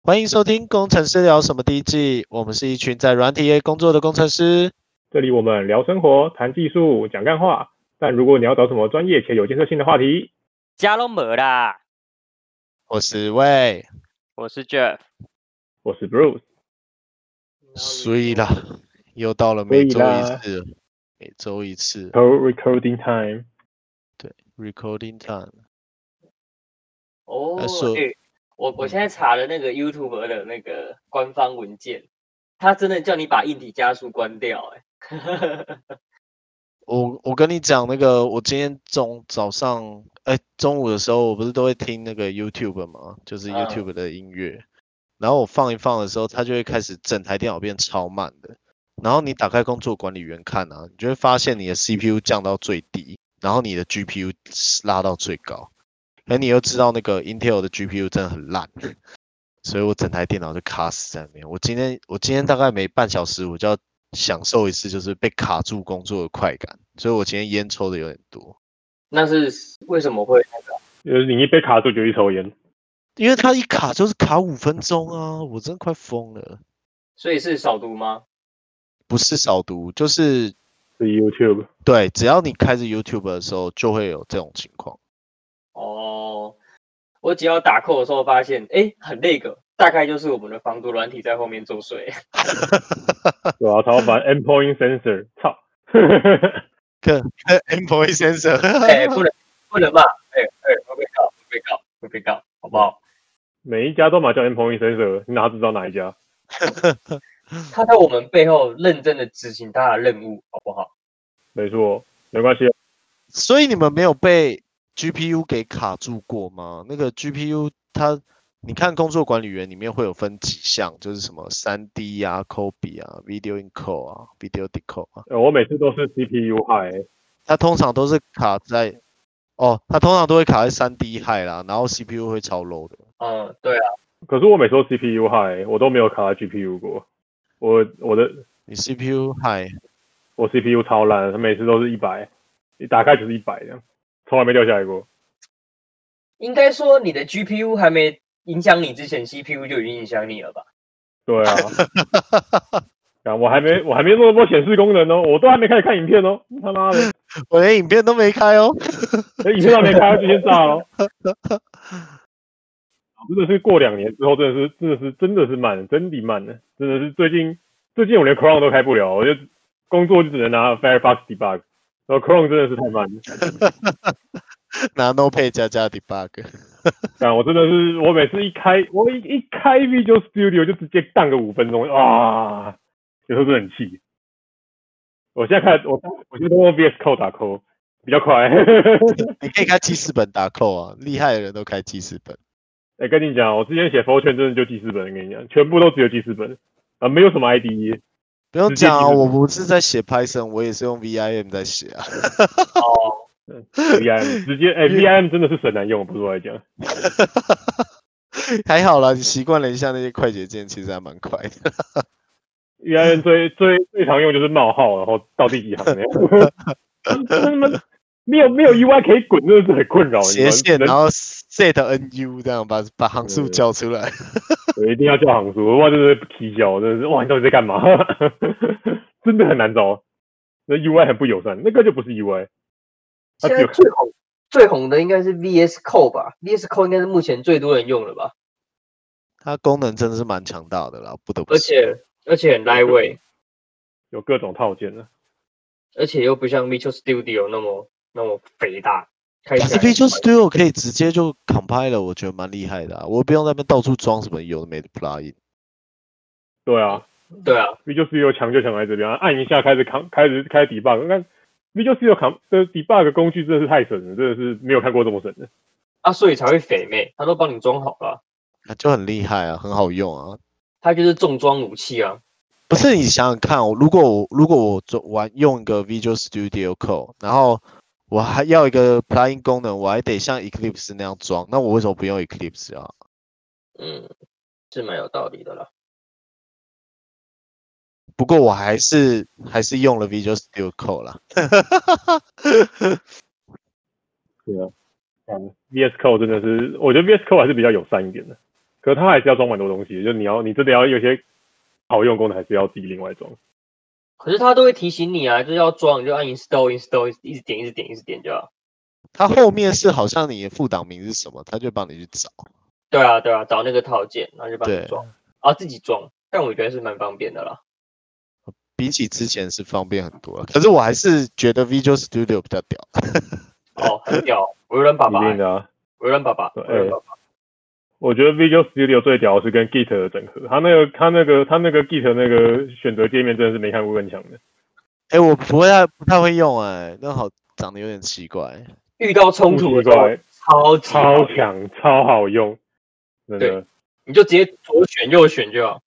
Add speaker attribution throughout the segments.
Speaker 1: 欢迎收听《工程师聊什么》第一季，我们是一群在软体业工作的工程师。
Speaker 2: 这里我们聊生活、谈技术、讲干话。但如果你要找什么专业且有建设性的话题，
Speaker 3: 家都没啦。
Speaker 1: 我是魏，
Speaker 3: 我是 Jeff，
Speaker 2: 我是 Bruce。
Speaker 1: 所以啦，又到了每周一
Speaker 2: 所
Speaker 1: 次了，每周一次
Speaker 2: Recording time。
Speaker 1: recording time。
Speaker 4: 哦，
Speaker 1: 来说
Speaker 4: 哎，我
Speaker 1: 嗯
Speaker 4: 我现在查了那个 YouTube 的那个官方文件，它真的叫你把硬体加速关掉、欸，哎，
Speaker 1: 我我跟你讲，那个我今天中早上，哎，中午的时候，我不是都会听那个 YouTube 嘛，就是
Speaker 4: 嗯
Speaker 1: YouTube 的音乐。然后我放一放的时候，它就会开始整台电脑变超慢的。然后你打开工作管理员看啊，你就会发现你的 CPU 降到最低，然后你的 GPU 拉到最高。而你又知道那个 Intel 的 GPU 真的很烂，所以我整台电脑就卡死在那边。我今天我今天大概每半小时我就要享受一次就是被卡住工作的快感，所以我今天烟抽的有点多，
Speaker 4: 那是为什么会？
Speaker 2: 就是你一被卡住就一抽烟，
Speaker 1: 因为它一卡就是卡五分钟啊，我真的快疯了。
Speaker 4: 所以是少读吗？
Speaker 1: 不是少读，就是
Speaker 2: 是 YouTube。
Speaker 1: 对，只要你开着 YouTube 的时候，就会有这种情况。
Speaker 4: 哦，我只要打扣的时候发现，哎、很那个，大概就是我们的防毒软体在后面 作祟。
Speaker 2: 对啊，超烦 Endpoint Sensor，操！
Speaker 1: Employee Sensor，
Speaker 4: 哎、不能不能骂，哎、哎、会被告，会被告，会被告，好不好？
Speaker 2: 每一家都嘛叫 Endpoint Sensor，你哪知道哪一家？
Speaker 1: 嗯
Speaker 4: 他在我们背后认真的执行他的任务，好不好？
Speaker 2: 没错，没关系，
Speaker 1: 所以你们没有被 GPU 给卡住过吗？那个 GPU 它，你看工作管理员里面会有分几项，就是什么三 D 啊、Kobe 啊、Video Encode 啊、Video Decode 啊，
Speaker 2: 呃我每次都是 CPU high，
Speaker 1: 它通常都是卡在，哦，它通常都会卡在三 D 害啦，然后 CPU 会超 low 的。
Speaker 4: 嗯，对啊。
Speaker 2: 可是我每次都 CPU high，我都没有卡在 GPU 过。我我的
Speaker 1: 你 CPU 害，
Speaker 2: 我 CPU 超烂，它每次都是一百，一打开就是一百这样，从来没掉下来过。
Speaker 4: 应该说你的 GPU 还没影响你之前，CPU 就已经影响你了吧？
Speaker 2: 对啊，啊我还没我还没那么多显示功能哦，我都还没开始看影片哦，他妈的，
Speaker 1: 我连影片都没开哦。
Speaker 2: 连影片都还没开就先炸了哦。真的是过两年之后，真的是真的是真的是慢，真的慢了，真的是最近最近我连 Chrome 都开不了，我就工作就只能拿 Firefox debug，然后 Chrome 真的是太慢了。
Speaker 1: 拿 No Pay 加加 Debug，
Speaker 2: 但啊我真的是，我每次一开，我一一开 Visual Studio 就直接荡个五分钟啊，有时候真的很气。我现在看，我我现在都用 VS Code 打 code 比较快。
Speaker 1: 你可以开记事本打扣啊，厉害的人都开记事本。
Speaker 2: 哎、跟你讲，我之前写 Fortran 真的就记事本，跟你讲，全部都只有记事本啊，没有什么 IDE。
Speaker 1: 不用
Speaker 2: 直接
Speaker 1: 讲啊，
Speaker 2: 进入
Speaker 1: 我不是在写 Python，我也是用 VIM 在写啊。
Speaker 4: 哦，
Speaker 2: VIM 直接哎、v i m 真的是很难用，不是我来讲。
Speaker 1: 还好啦，你习惯了一下那些快捷键，其实还蛮快 的。
Speaker 2: VIM 最最最常用就是冒号，然后到第几行那样。 他们没有没有 UI 可以滚，真的是很困扰。你知
Speaker 1: 斜
Speaker 2: 道
Speaker 1: 线，啊
Speaker 2: 能
Speaker 1: 然后 set nu 这样把把行数
Speaker 2: 啊对对
Speaker 1: 叫出来。
Speaker 2: 我一定要叫行叔，哇，真的是踢脚，真的是哇，你到底在干嘛？ 真的很难找，那 UI 很不友善，那个就不是 UI，
Speaker 4: 现
Speaker 2: 啊
Speaker 4: 在
Speaker 2: 有
Speaker 4: 最红最红的应该是 VS Code 吧？VS Code 应该是目前最多人用了吧？
Speaker 1: 它功能真的是蛮强大的啦，不得不
Speaker 4: 而
Speaker 1: 说。
Speaker 4: 且而且很 lightweight，
Speaker 2: 有各种套件的。
Speaker 4: 而且又不像 Visual Studio 那么那么肥大，开
Speaker 1: 可
Speaker 4: 起
Speaker 1: 是
Speaker 4: 来
Speaker 1: Visual Studio 可以直接就 compile，了我觉得蛮厉害的、啊，我不用在那边到处装什么有的没的 plugin。
Speaker 2: 对啊
Speaker 4: 对啊，
Speaker 2: ，Visual Studio 强就强在这边，啊按一下开始扛，开始开始 debug，看 Visual Studio 扛的 debug 工具真的是太神了，真的是没有看过这么神的。
Speaker 4: 啊，所以才会肥妹，他都帮你装好了，
Speaker 1: 啊就很厉害啊，很好用啊。
Speaker 4: 他就是重装武器啊。
Speaker 1: 不是你想想看，我如果我如果我做玩用一个 Visual Studio Code，然后我还要一个 plugin 功能，我还得像 Eclipse 那样装，那我为什么不用 Eclipse 啊？
Speaker 4: 嗯，是蛮有道理的啦。
Speaker 1: 不过我还是还是用了 Visual Studio Code 啦。
Speaker 2: 对啊，嗯，VS Code 真的是，我觉得 VS Code 还是比较友善一点的。可是它还是要装蛮多东西，就你要你真的要有些好用功的，还是要自己另外装。
Speaker 4: 可是它都会提醒你啊，就是要装，你就按 install install，一直点一直点一直点就好。
Speaker 1: 它后面是好像你的副档名是什么，它就帮你去找。
Speaker 4: 对啊对啊，找那个套件，然后就帮你
Speaker 1: 对
Speaker 4: 装，啊自己装，但我觉得是蛮方便的 啦。
Speaker 1: 比起之前是方便很多了，可是我还是觉得 Visual Studio 比较屌。
Speaker 4: 哦，很屌，微软爸爸
Speaker 2: 一
Speaker 4: 欸、
Speaker 2: 定的、啊，
Speaker 4: 微软爸爸，
Speaker 2: 对哎
Speaker 4: 微软爸爸，
Speaker 2: 我觉得 Visual Studio 最屌的是跟 Git 的整合，它那个它那个它那个 Git 那个选择界面真的是没看过更强的。
Speaker 1: 哎、我不会太不太会用哎、那好长得有点奇怪。
Speaker 4: 遇到冲突的时
Speaker 2: 不
Speaker 4: 候
Speaker 2: 奇
Speaker 4: 超级好
Speaker 2: 超强，超好用，真的
Speaker 4: 对。你就直接左选右选就好。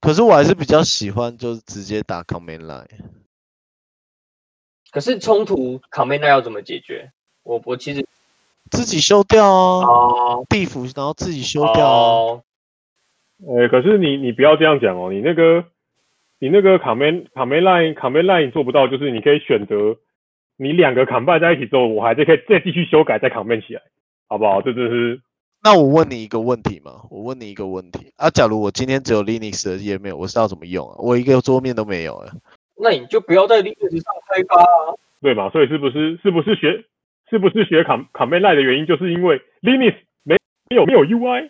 Speaker 1: 可是我还是比较喜欢就是直接打 command line。
Speaker 4: 可是冲突 command line 要怎么解决？我我其实
Speaker 1: 自己修掉啊，
Speaker 4: 哦
Speaker 1: 地府然后自己修掉啊。
Speaker 4: 哦，
Speaker 2: 呃，可是你你不要这样讲哦，你那个你那个卡梅卡梅 line 卡梅 line 做不到，就是你可以选择你两个砍 o 在一起之后，我还是可以再继续修改再砍 o 起来，好不好？这真是
Speaker 1: 那我问你一个问题嘛，我问你一个问题啊，假如我今天只有 Linux 的页面，我是要怎么用啊？我一个桌面都没有啊。
Speaker 4: 那你就不要在 Linux 上开发啊。
Speaker 2: 对嘛？所以是不是是不是学是不是学卡卡梅 line 的原因，就是因为 Linux 没没有没有 UI。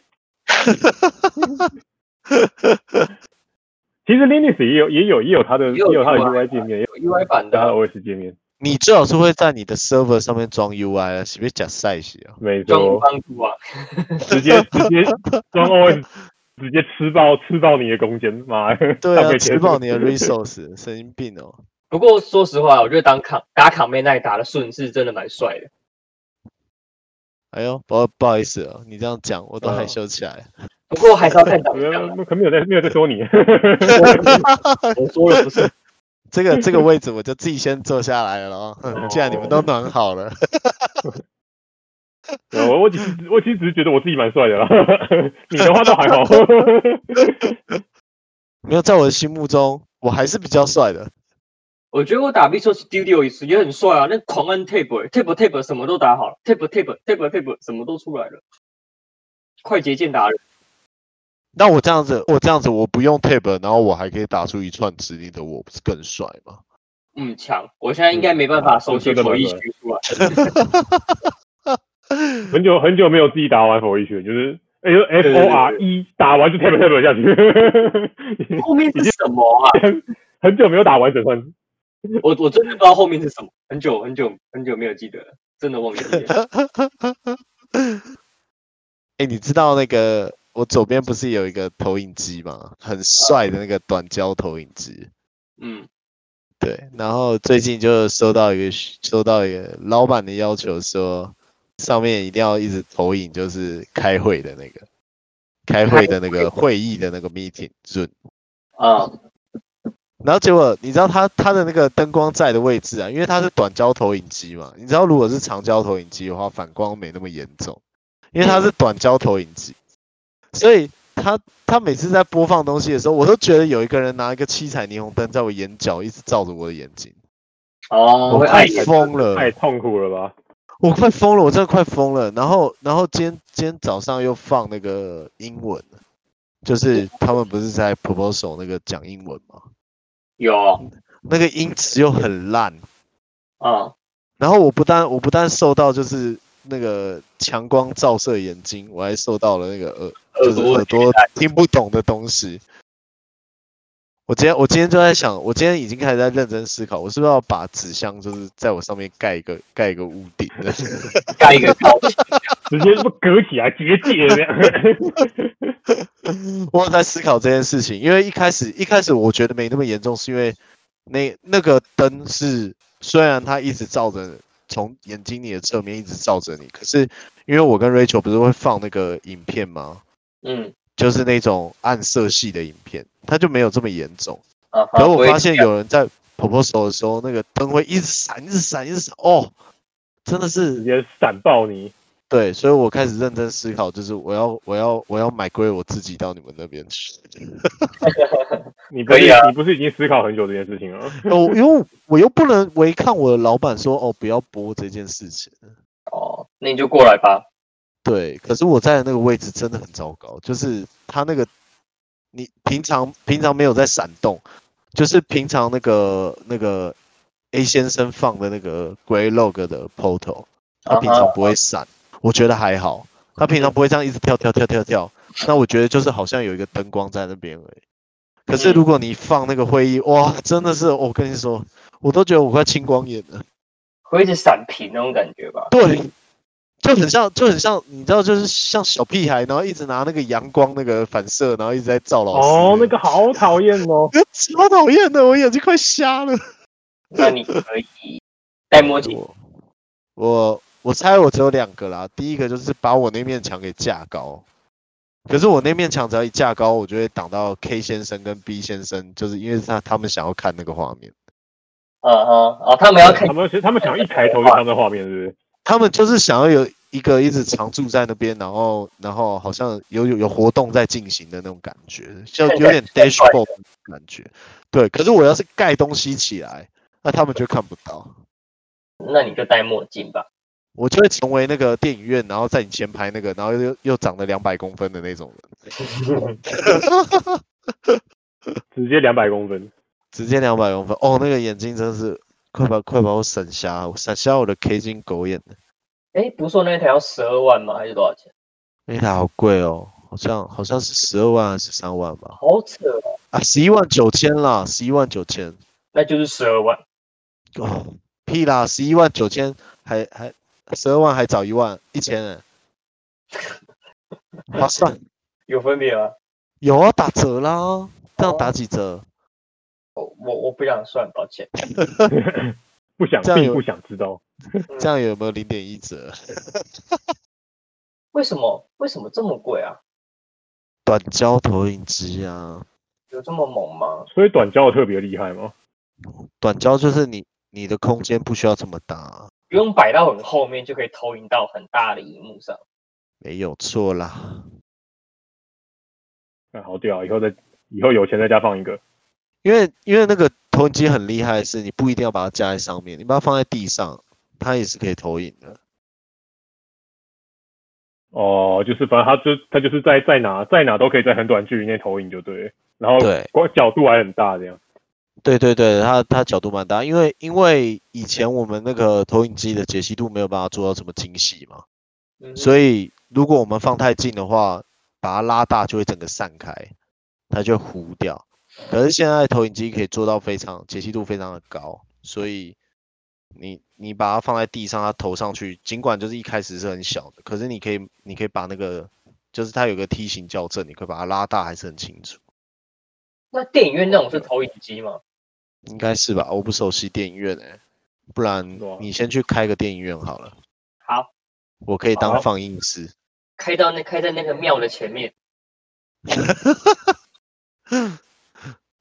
Speaker 2: 其实 Linux 也有也有也有它的
Speaker 4: 也
Speaker 2: 也
Speaker 4: 有啊
Speaker 2: 有它的
Speaker 4: UI
Speaker 2: UI 界面，也有
Speaker 4: UI 版的
Speaker 2: 它的
Speaker 4: 啊
Speaker 2: OS 界面，
Speaker 1: 你最好是会在你的 server 上面装 UI 啊，是不是假赛西啊？
Speaker 2: 没
Speaker 4: 装
Speaker 2: 错。
Speaker 4: 帮助啊，
Speaker 2: 直接直接装 OS，直接吃爆吃爆你的攻坚，妈的！
Speaker 1: 对
Speaker 2: 浪
Speaker 1: 啊，
Speaker 2: 费钱
Speaker 1: 吃爆你的 resource，神 经病哦。
Speaker 4: 不过说实话，我觉得当卡打卡妹那里打的顺是真的蛮帅的。
Speaker 1: 哎呦，不不好意思哦，你这样讲我都害
Speaker 2: 嗯
Speaker 1: 羞起来。
Speaker 4: 不过还是要看长
Speaker 2: 没有
Speaker 4: 相啊。
Speaker 2: 可没有在没有在说你，
Speaker 4: 我说了不是，
Speaker 1: 这 个这个位置我就自己先坐下来了哦。哼既然你们都暖好了，
Speaker 2: 我我只是我其实只是觉得我自己蛮帅的啦， 你的话倒还好。
Speaker 1: 没有在我的心目中，我还是比较帅的。
Speaker 4: 我觉得我打 Visual Studio 也是也很帅啊，那狂按 Tab Tab Tab 什么都打好了，Tab Tab Tab Tab 什么都出来了，快捷键达人。
Speaker 1: 那我这样子，我这样子，我不用 tab，然后我还可以打出一串指令的我，不是更帅吗？
Speaker 4: 嗯，强！我现在应该没
Speaker 1: 嗯
Speaker 4: 办法手写手艺学出来。
Speaker 2: 很久很久没有自己打完 for 一圈，就是哎呦 F O R E 打完就 tap tap 下 去，
Speaker 4: 后面是什么啊？
Speaker 2: 很久没有打完整串。
Speaker 4: 我我真的不知道后面是什么，很久很久很久没有记得了，真的忘 记了。
Speaker 1: 哎，你知道那个我左边不是有一个投影机吗？很帅的那个短焦投影机。
Speaker 4: 嗯，
Speaker 1: 对，然后最近就收到一个需收到一个老板的要求说，上面一定要一直投影，就是开会的那个，开会的那个会议的那个 meeting Zoom。
Speaker 4: 啊、
Speaker 1: 然后结果你知道它它的那个灯光在的位置啊，因为它是短焦投影机嘛，你知道如果是长焦投影机的话，反光没那么严重，因为它是短焦投影机，所以它它每次在播放东西的时候，我都觉得有一个人拿一个七彩霓虹灯在我眼角一直照着我的眼睛，
Speaker 4: 哦，
Speaker 1: 我
Speaker 4: 会
Speaker 1: 快
Speaker 4: 爱眼
Speaker 1: 疯了，
Speaker 2: 太痛苦了吧！
Speaker 1: 我快疯了，我真的快疯了。然后，然后今天今天早上又放那个英文，就是他们不是在 proposal 那个讲英文嘛，
Speaker 4: 有
Speaker 1: 那个音质又很烂。
Speaker 4: 啊、
Speaker 1: 然后我不但我不但受到就是那个强光照射眼睛，我还受到了那个耳就是耳朵听不懂的东西。我今天我今天就在想，我今天已经开始在认真思考，我是不是要把纸箱就是在我上面盖一个盖一个屋顶？
Speaker 4: 盖一个 高
Speaker 2: 直接不隔起来结界这样。
Speaker 1: 我有在思考这件事情，因为一开始一开始我觉得没那么严重，是因为那那个灯是虽然它一直照着从眼睛里的侧面一直照着你，可是因为我跟 Rachel 不是会放那个影片吗？
Speaker 4: 嗯
Speaker 1: 就是那种暗色系的影片，它就没有这么严重。
Speaker 4: 啊，
Speaker 1: 可是
Speaker 4: 好
Speaker 1: 我
Speaker 4: 不会
Speaker 1: 发现
Speaker 4: 这样
Speaker 1: 有人在 proposal 的时候，那个灯会一直闪，一直闪，一直闪，哦，真的
Speaker 2: 直
Speaker 1: 是
Speaker 2: 接闪爆你。
Speaker 1: 对，所以我开始认真思考，就是我要我要我要买归我自己到你们那边去。
Speaker 2: 你不是
Speaker 4: 可以啊
Speaker 2: 你不是已经思考很久这件事情了？
Speaker 1: 哦，因为我又不能违抗我的老板说哦不要播这件事情，
Speaker 4: 哦，那你就过来吧。
Speaker 1: 对，可是我在的那个位置真的很糟糕，就是他那个，你平常平常没有在闪动，就是平常那个那个 A 先生放的那个 Grey Log 的 Portal，他平常不会闪，我觉得还好，他平常不会这样一直跳跳跳跳跳，那我觉得就是好像有一个灯光在那边而已。可是如果你放那个会议，哇，真的是我跟你说，我都觉得我快青光眼了。
Speaker 4: 会一直闪屏那种感觉吧？
Speaker 1: 对，就很像，就很像，你知道，就是像小屁孩，然后一直拿那个阳光那个反射，然后一直在照老师。
Speaker 2: 哦，那个好讨厌哦。
Speaker 1: 那个超讨厌的，我眼睛快瞎了。
Speaker 4: 那你可以 戴墨镜，
Speaker 1: 我我我猜我只有两个啦，第一个就是把我那面墙给架高，可是我那面墙只要一架高，我就会挡到 K 先生跟 B 先生，就是因为他他们想要看那个画面，
Speaker 4: 嗯哼，哦，他们要看
Speaker 2: 他们其实他们想一抬头就看到画面，是不是？
Speaker 1: 他们就是想要有一个一直常驻在那边，然后然后好像有有有活动在进行的那种感觉，像有点 dashboard 的感觉。对，可是我要是盖东西起来，那他们就看不到。
Speaker 4: 那你就戴墨镜吧。
Speaker 1: 我就会成为那个电影院，然后在你前排那个，然后又又长了两百公分的那种人，
Speaker 2: 直接两百公分，
Speaker 1: 直接两百公分。哦，那个眼睛真是快把快把我闪瞎，我闪瞎我的 K 金狗眼了。
Speaker 4: 哎，不是说那一台要十二万吗？还是多少钱？
Speaker 1: 那台好贵哦，好像好像是十二万还是三万吧？
Speaker 4: 好扯哦，
Speaker 1: 啊，十一万九千啦，十一万九千。
Speaker 4: 那就是十二万。
Speaker 1: 哦，屁啦，十一万九千还还十二万还早一万一千欸，划算。
Speaker 4: 有分别吗？
Speaker 1: 有啊，打折啦，这样打几折？
Speaker 4: 我我我不想算，抱歉。
Speaker 2: 不想
Speaker 1: 这样
Speaker 2: 并
Speaker 1: 有
Speaker 2: 不想知道。
Speaker 1: 这样有没有零点一折？
Speaker 4: 为什么为什么这么贵啊？
Speaker 1: 短焦投影机啊，
Speaker 4: 有这么猛吗？
Speaker 2: 所以短焦特别厉害吗？
Speaker 1: 短焦就是你你的空间不需要这么大啊，
Speaker 4: 不用摆到很后面就可以投影到很大的荧幕上。
Speaker 1: 没有错啦。
Speaker 2: 那好屌啊，以后再以后有钱在家放一个。
Speaker 1: 因为因为那个投影机很厉害，是你不一定要把它架在上面，你把它放在地上，它也是可以投影的。
Speaker 2: 哦，就是反正他就他就是在在哪在哪都可以在很短距离内投影就对了，然后
Speaker 1: 对
Speaker 2: 光角度还很大这样。
Speaker 1: 对对对，它它角度蛮大，因为因为以前我们那个投影机的解析度没有办法做到这么精细嘛，
Speaker 4: 嗯，
Speaker 1: 所以如果我们放太近的话，把它拉大就会整个散开，它就糊掉。可是现在投影机可以做到非常解析度非常的高，所以你你把它放在地上，它投上去，尽管就是一开始是很小的，可是你可以你可以把那个就是它有个梯形校正，你可以把它拉大，还是很清楚。
Speaker 4: 那电影院那种是投影机吗？
Speaker 1: 应该是吧？我不熟悉电影院诶、不然
Speaker 2: 对啊
Speaker 1: 你先去开个电影院好了。
Speaker 4: 好，啊
Speaker 1: 我可以当
Speaker 2: 好
Speaker 1: 放映师。
Speaker 4: 开到那开在那个庙的前面，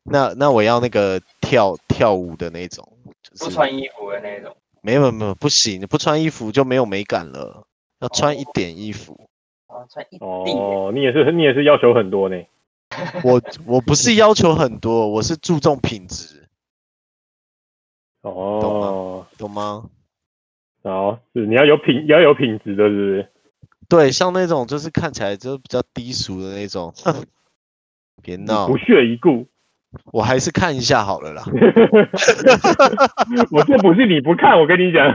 Speaker 1: 那那我要那个跳跳舞的那种，就是
Speaker 4: 不穿衣服的那种。
Speaker 1: 没有没有没有不行，不穿衣服就没有美感了，要穿
Speaker 4: 哦
Speaker 1: 一点衣服。
Speaker 4: 啊，穿一地
Speaker 2: 哦，你也是你也是要求很多呢。
Speaker 1: 我我不是要求很多，我是注重品质，
Speaker 2: 哦，
Speaker 1: 懂吗？
Speaker 2: 好，是你要有品要有品质的，是不是？
Speaker 1: 对，像那种就是看起来就是比较低俗的那种， 别闹
Speaker 2: 不，屑一顾。
Speaker 1: 我还是看一下好了啦。
Speaker 2: 我这不是你不看，我跟你讲，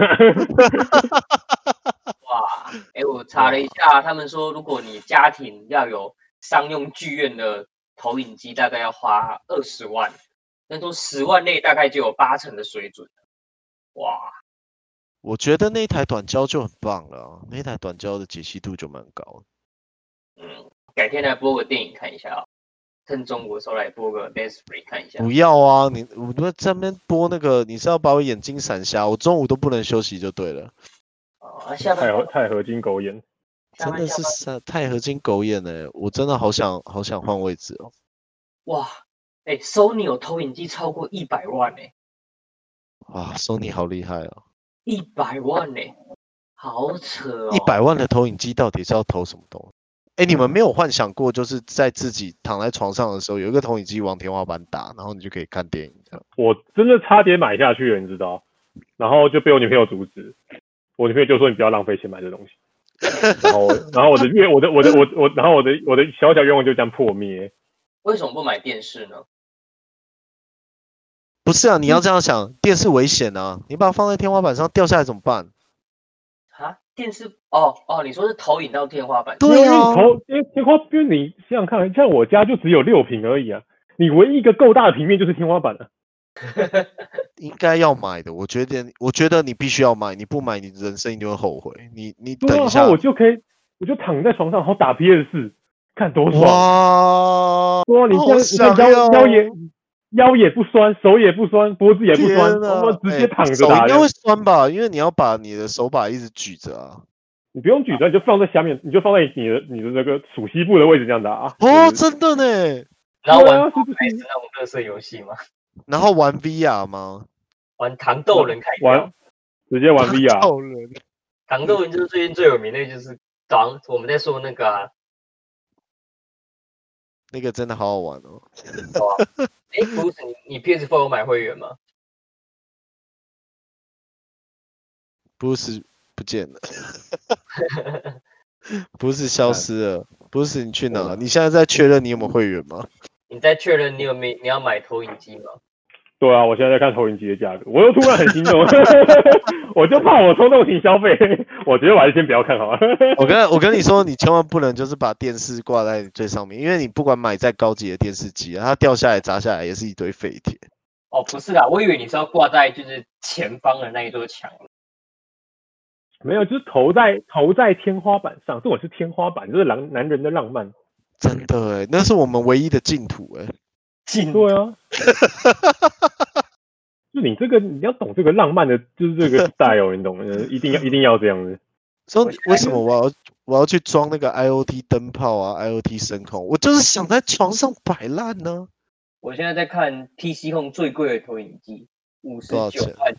Speaker 4: 哇！哎、我查了一下，他们说如果你家庭要有商用剧院的投影机，大概要花二十万，那都十万内大概就有八成的水准。哇，
Speaker 1: 我觉得那一台短焦就很棒了啊，那一台短焦的解析度就蛮高的。
Speaker 4: 嗯，改天来播个电影看一下啊，趁中国时候来播个 Dance Free 看一下。
Speaker 1: 不要啊，你我们在那边播那个，你是要把我眼睛闪瞎，我中午都不能休息就对了，
Speaker 4: 哦啊，下
Speaker 2: 太
Speaker 4: 班
Speaker 2: 合太合金狗眼。
Speaker 1: 哎真的是
Speaker 4: 下班
Speaker 1: 闪太合金狗眼了欸，我真的好想好想换位置哦。
Speaker 4: 哇，哎、s o n y 有投影机超过一百万哎、
Speaker 1: 哇，Sony 好厉害哦，
Speaker 4: 一百万哎、好扯哦！
Speaker 2: 啊
Speaker 1: 一百万的投影机到底是要投什么东西？哎，你
Speaker 2: 嗯
Speaker 1: 们没有幻想过，就是在自己躺在床上的时候，有一个投影机往天花板打，然后你就可以看电影这样。
Speaker 2: 我真的差点买下去了，你知道，然后就被我女朋友阻止。我女朋友就说：“你不要浪费钱买这东西。然后然后我的愿我的我的我我然后我的我的小小愿望就这样破灭。
Speaker 4: 为什么不买电视呢？
Speaker 1: 不是啊，你
Speaker 2: 嗯
Speaker 1: 要这样想，电视危险啊，你把它放在天花板上掉下来怎么办？
Speaker 4: 啊，电视哦哦，你说是投影到天花板？
Speaker 1: 对
Speaker 2: 因为
Speaker 1: 啊，
Speaker 2: 头因为哎天花，因为你想想看，像我家就只有六平而已啊，你唯一一个够大的平面就是天花板啊了、
Speaker 1: 应该要买的。我觉得，我觉得你必须要买，你不买，你人生一定会后悔。你你
Speaker 2: 对啊，
Speaker 1: 等一
Speaker 2: 然
Speaker 1: 下
Speaker 2: 后，我就可以，我就躺在床上，然后打 PS 四，看多爽！
Speaker 1: 哇，
Speaker 2: 哇，你这样，
Speaker 1: 好
Speaker 2: 你
Speaker 1: 想
Speaker 2: 看腰腰也
Speaker 1: 要啊
Speaker 2: 腰也不酸，手也不酸，脖子也不酸，
Speaker 1: 天啊
Speaker 2: 我直接
Speaker 1: 哎
Speaker 2: 躺着
Speaker 1: 手
Speaker 2: 打
Speaker 1: 应
Speaker 2: 的
Speaker 1: 该。会酸吧？因为你要把你的手把一直举着啊。
Speaker 2: 你不用举着，你就放在下面，你就放在你的你的那个属膝部的位置这样打啊。
Speaker 1: 哦，
Speaker 2: 就是
Speaker 1: 真的呢。
Speaker 4: 然后
Speaker 2: 对
Speaker 4: 玩
Speaker 2: 啊，是不
Speaker 4: 还是
Speaker 2: 是？
Speaker 4: 那种乐色游戏吗？
Speaker 1: 然后玩 VR 吗？
Speaker 4: 玩糖豆人开票
Speaker 2: 玩，直接 玩 VR，
Speaker 1: 靠人
Speaker 4: 糖豆人就是最近最有名的，就是当我们在说那个啊，
Speaker 1: 那个真的好好玩哦。
Speaker 4: 哎，不是你你 PS4 有买会员吗？
Speaker 1: 不是不见了，不是消失了，不是你去哪
Speaker 2: 啊
Speaker 1: 了？你现在在确认你有没有会员吗？
Speaker 4: 你在确认你有没你要买投影机吗？
Speaker 2: 对啊，我现在在看投影机的价格，我又突然很心 动，我就怕我冲动型消费，我觉得我还是先不要看好了。
Speaker 1: 我跟我跟你说，你千万不能就是把电视挂在最上面，因为你不管买再高级的电视机啊，它掉下来砸下来也是一堆废铁。
Speaker 4: 哦，不是啊，我以为你是要挂在就是前方的那一座墙。
Speaker 2: 没有，就是头在头在天花板上，这种是天花板，这是男男人的浪漫。
Speaker 1: 真的哎，那是我们唯一的净土哎。
Speaker 4: 进
Speaker 2: 对 啊，就你这个你要懂这个浪漫的，就是这个 style，你懂吗？一定要一定要这样子。
Speaker 1: 所
Speaker 4: 我
Speaker 1: 以
Speaker 4: 现在
Speaker 1: 为什么我要我要去装那个 IOT 灯泡啊，IOT 声控？我就是想在床上摆烂呢、
Speaker 4: 我现在在看 PC Home 最贵的投影机，五十
Speaker 1: 多少
Speaker 4: 九
Speaker 1: 钱
Speaker 4: 万，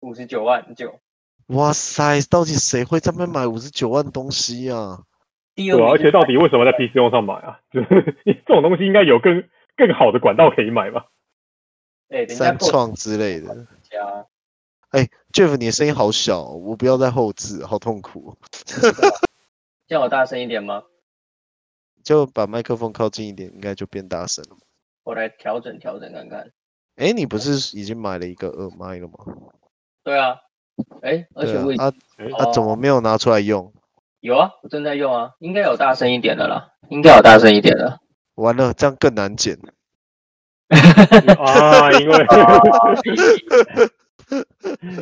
Speaker 4: 五十九万九。
Speaker 1: 哇塞，到底谁会在那边买五十九万东西啊？
Speaker 4: 第
Speaker 2: 对啊、
Speaker 4: 二名
Speaker 2: 而
Speaker 4: 是
Speaker 2: 且到底为什么在 PC 用上买啊？ 就是这种东西应该有更更好的管道可以买吧？
Speaker 4: 哎，人家嗯啊
Speaker 1: 三
Speaker 4: 购
Speaker 1: 创之类的。
Speaker 4: 家
Speaker 1: Jeff，你的声音好小哦，我不要再后置，好痛苦哦。
Speaker 4: 叫我大声一点吗？
Speaker 1: 就把麦克风靠近一点，应该就变大声了。
Speaker 4: 我来调整调整看看。
Speaker 1: 哎，你不是已经买了一个耳麦了吗？
Speaker 4: 对啊，哎，而且我
Speaker 1: 对
Speaker 4: 已哦
Speaker 1: 啊，啊
Speaker 2: 哎
Speaker 1: 啊，怎么没有拿出来用？
Speaker 4: 有啊，我正在用啊，应该有大声一点的啦，应该有大声一点的。
Speaker 1: 完了，这样更难剪。
Speaker 2: 啊，因 为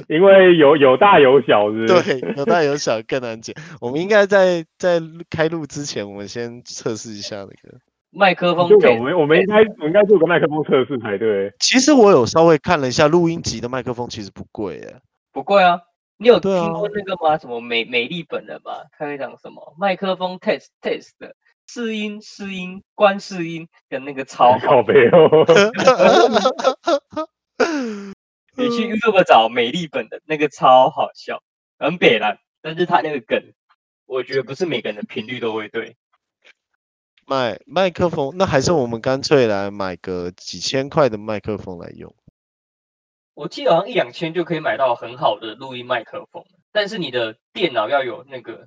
Speaker 2: 因为有有大有小，是不是？
Speaker 1: 对，有大有小，更难剪。我们应该在在开录之前，我们先测试一下那个。
Speaker 4: 麦克风
Speaker 2: 就我
Speaker 4: 配
Speaker 2: 们我们应该我们应该做个麦克风测试才对。
Speaker 1: 其实我有稍微看了一下，录音级的麦克风其实不贵耶。
Speaker 4: 不贵啊。你有听
Speaker 1: 对啊
Speaker 4: 过那个吗？什么美美丽本人吗？他会讲什么麦克风 test test 的试音试音关试音跟那个超好
Speaker 2: 靠。背哦，
Speaker 4: 你去 YouTube 找美丽本的那个超好笑，很北蓝，但是他那个梗，我觉得不是每个人的频率都会对。
Speaker 1: 买麦克风，那还是我们干脆来买个几千块的麦克风来用。
Speaker 4: 我记得好像一两千就可以买到很好的录音麦克风，但是你的电脑要有那个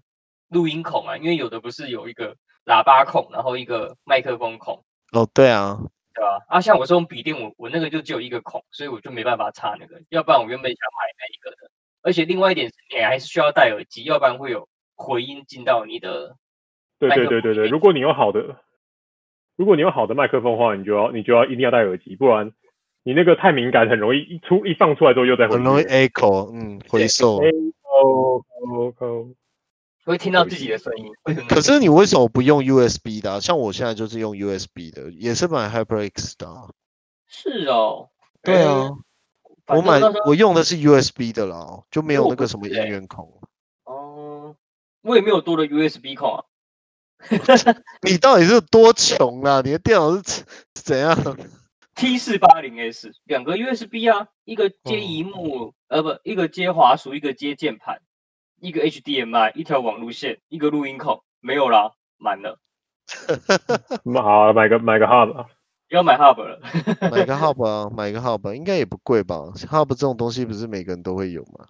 Speaker 4: 录音孔啊，因为有的不是有一个喇叭孔，然后一个麦克风孔，
Speaker 1: 哦，对啊，
Speaker 4: 对吧？啊，像我这种笔电，我我那个就只有一个孔，所以我就没办法插那个，要不然我原本想买那一个的。而且另外一点是，你还是需要戴耳机，要不然会有回音进到你的
Speaker 2: 对对对对对，如果你有好的，如果你有好的麦克风的话，你就要你就要一定要戴耳机，不然你那个太敏感，很容易一出一放出来之后又再回去。
Speaker 1: 很容易 echo，嗯，回收。
Speaker 2: 哦哦哦，
Speaker 4: 会听到自己的声音，会很
Speaker 1: 可是你为什么不用 USB 的啊、像我现在就是用 USB 的，也是买 HyperX 的啊、
Speaker 4: 是哦，
Speaker 1: 对
Speaker 4: 呃
Speaker 1: 啊，，我
Speaker 4: 反正
Speaker 1: 买
Speaker 4: 到时候
Speaker 1: 我用的是 USB 的啦，哦就没有
Speaker 4: 我
Speaker 1: 那
Speaker 4: 不
Speaker 1: 个什么
Speaker 4: 是
Speaker 1: 音
Speaker 4: 欸
Speaker 1: 源孔。
Speaker 4: 哦，我也没有多的 USB 孔啊，
Speaker 1: 你到底是有多穷啦？你的电脑是是怎样？
Speaker 4: T 四八零 S 两个 USB 啊，一个
Speaker 1: 哦
Speaker 4: 接荧幕，呃不，一个接滑鼠，一个接键盘，一个 HDMI，一条网路线，一个录音孔，没有啦，满了，
Speaker 2: 那好啊，买个买个 hub，
Speaker 4: 要买 Hub 了。
Speaker 1: 啊买个 Hub 啊，买个 Hub 应该也不贵吧？Hub 这种东西不是每个人都会有吗？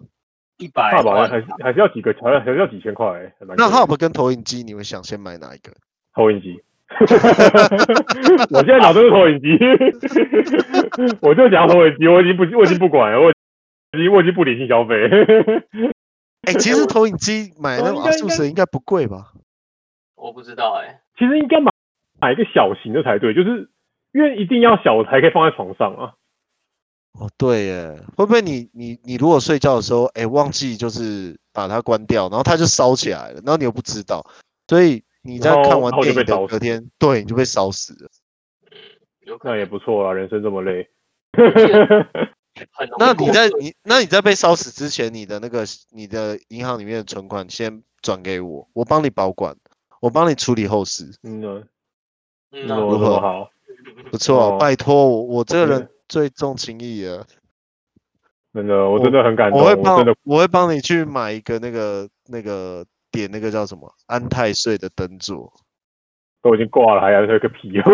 Speaker 4: 一百
Speaker 2: 大宝还
Speaker 4: 万
Speaker 2: 还是还是要几个，还还是要几千块、欸，还蛮
Speaker 1: 那
Speaker 2: 贵的
Speaker 1: Hub 跟投影机，你们想先买哪一个？
Speaker 2: 投影机。 我现在脑都是投影机， 我就想要投影机，我已经不我已经不管了，我已经我已经不理性消费。
Speaker 1: 哎、其实投影机买那种
Speaker 2: 应该
Speaker 1: 阿素神应该不贵吧？
Speaker 4: 我不知道哎、
Speaker 2: 其实应该买买一个小型的才对，就是因为一定要小才可以放在床上啊。
Speaker 1: 哦，对耶，会不会你你你如果睡觉的时候，哎、忘记就是把它关掉，然后它就烧起来了，然后你又不知道，所以你在
Speaker 2: 然后
Speaker 1: 看完
Speaker 2: 然后就
Speaker 1: 电影
Speaker 2: 被烧
Speaker 1: 的
Speaker 2: 死
Speaker 1: 隔天，对，你就被烧死了。
Speaker 4: 有可
Speaker 2: 那也
Speaker 4: 能
Speaker 2: 不错啊，人生这么累。
Speaker 4: 很容易
Speaker 1: 那
Speaker 4: 过
Speaker 1: 你在
Speaker 4: 度
Speaker 1: 你那你在被烧死之前，你的那个你的银行里面的存款先转给我，我帮你保管，我帮你处理后事，
Speaker 2: 嗯呢，
Speaker 4: 嗯
Speaker 2: 怎
Speaker 4: 啊
Speaker 2: 么
Speaker 1: 如
Speaker 2: 这
Speaker 1: 何
Speaker 2: 么好？
Speaker 1: 不错，啊
Speaker 2: 哦
Speaker 1: 拜托我我这个
Speaker 2: OK
Speaker 1: 人最重情义了。
Speaker 2: 真的，我真的很感动，
Speaker 1: 我
Speaker 2: 我
Speaker 1: 会帮
Speaker 2: 真的
Speaker 1: 我会帮你去买一个那个那个点那个叫什么安泰税的灯座，
Speaker 2: 都已经挂了，还要这个屁 哦。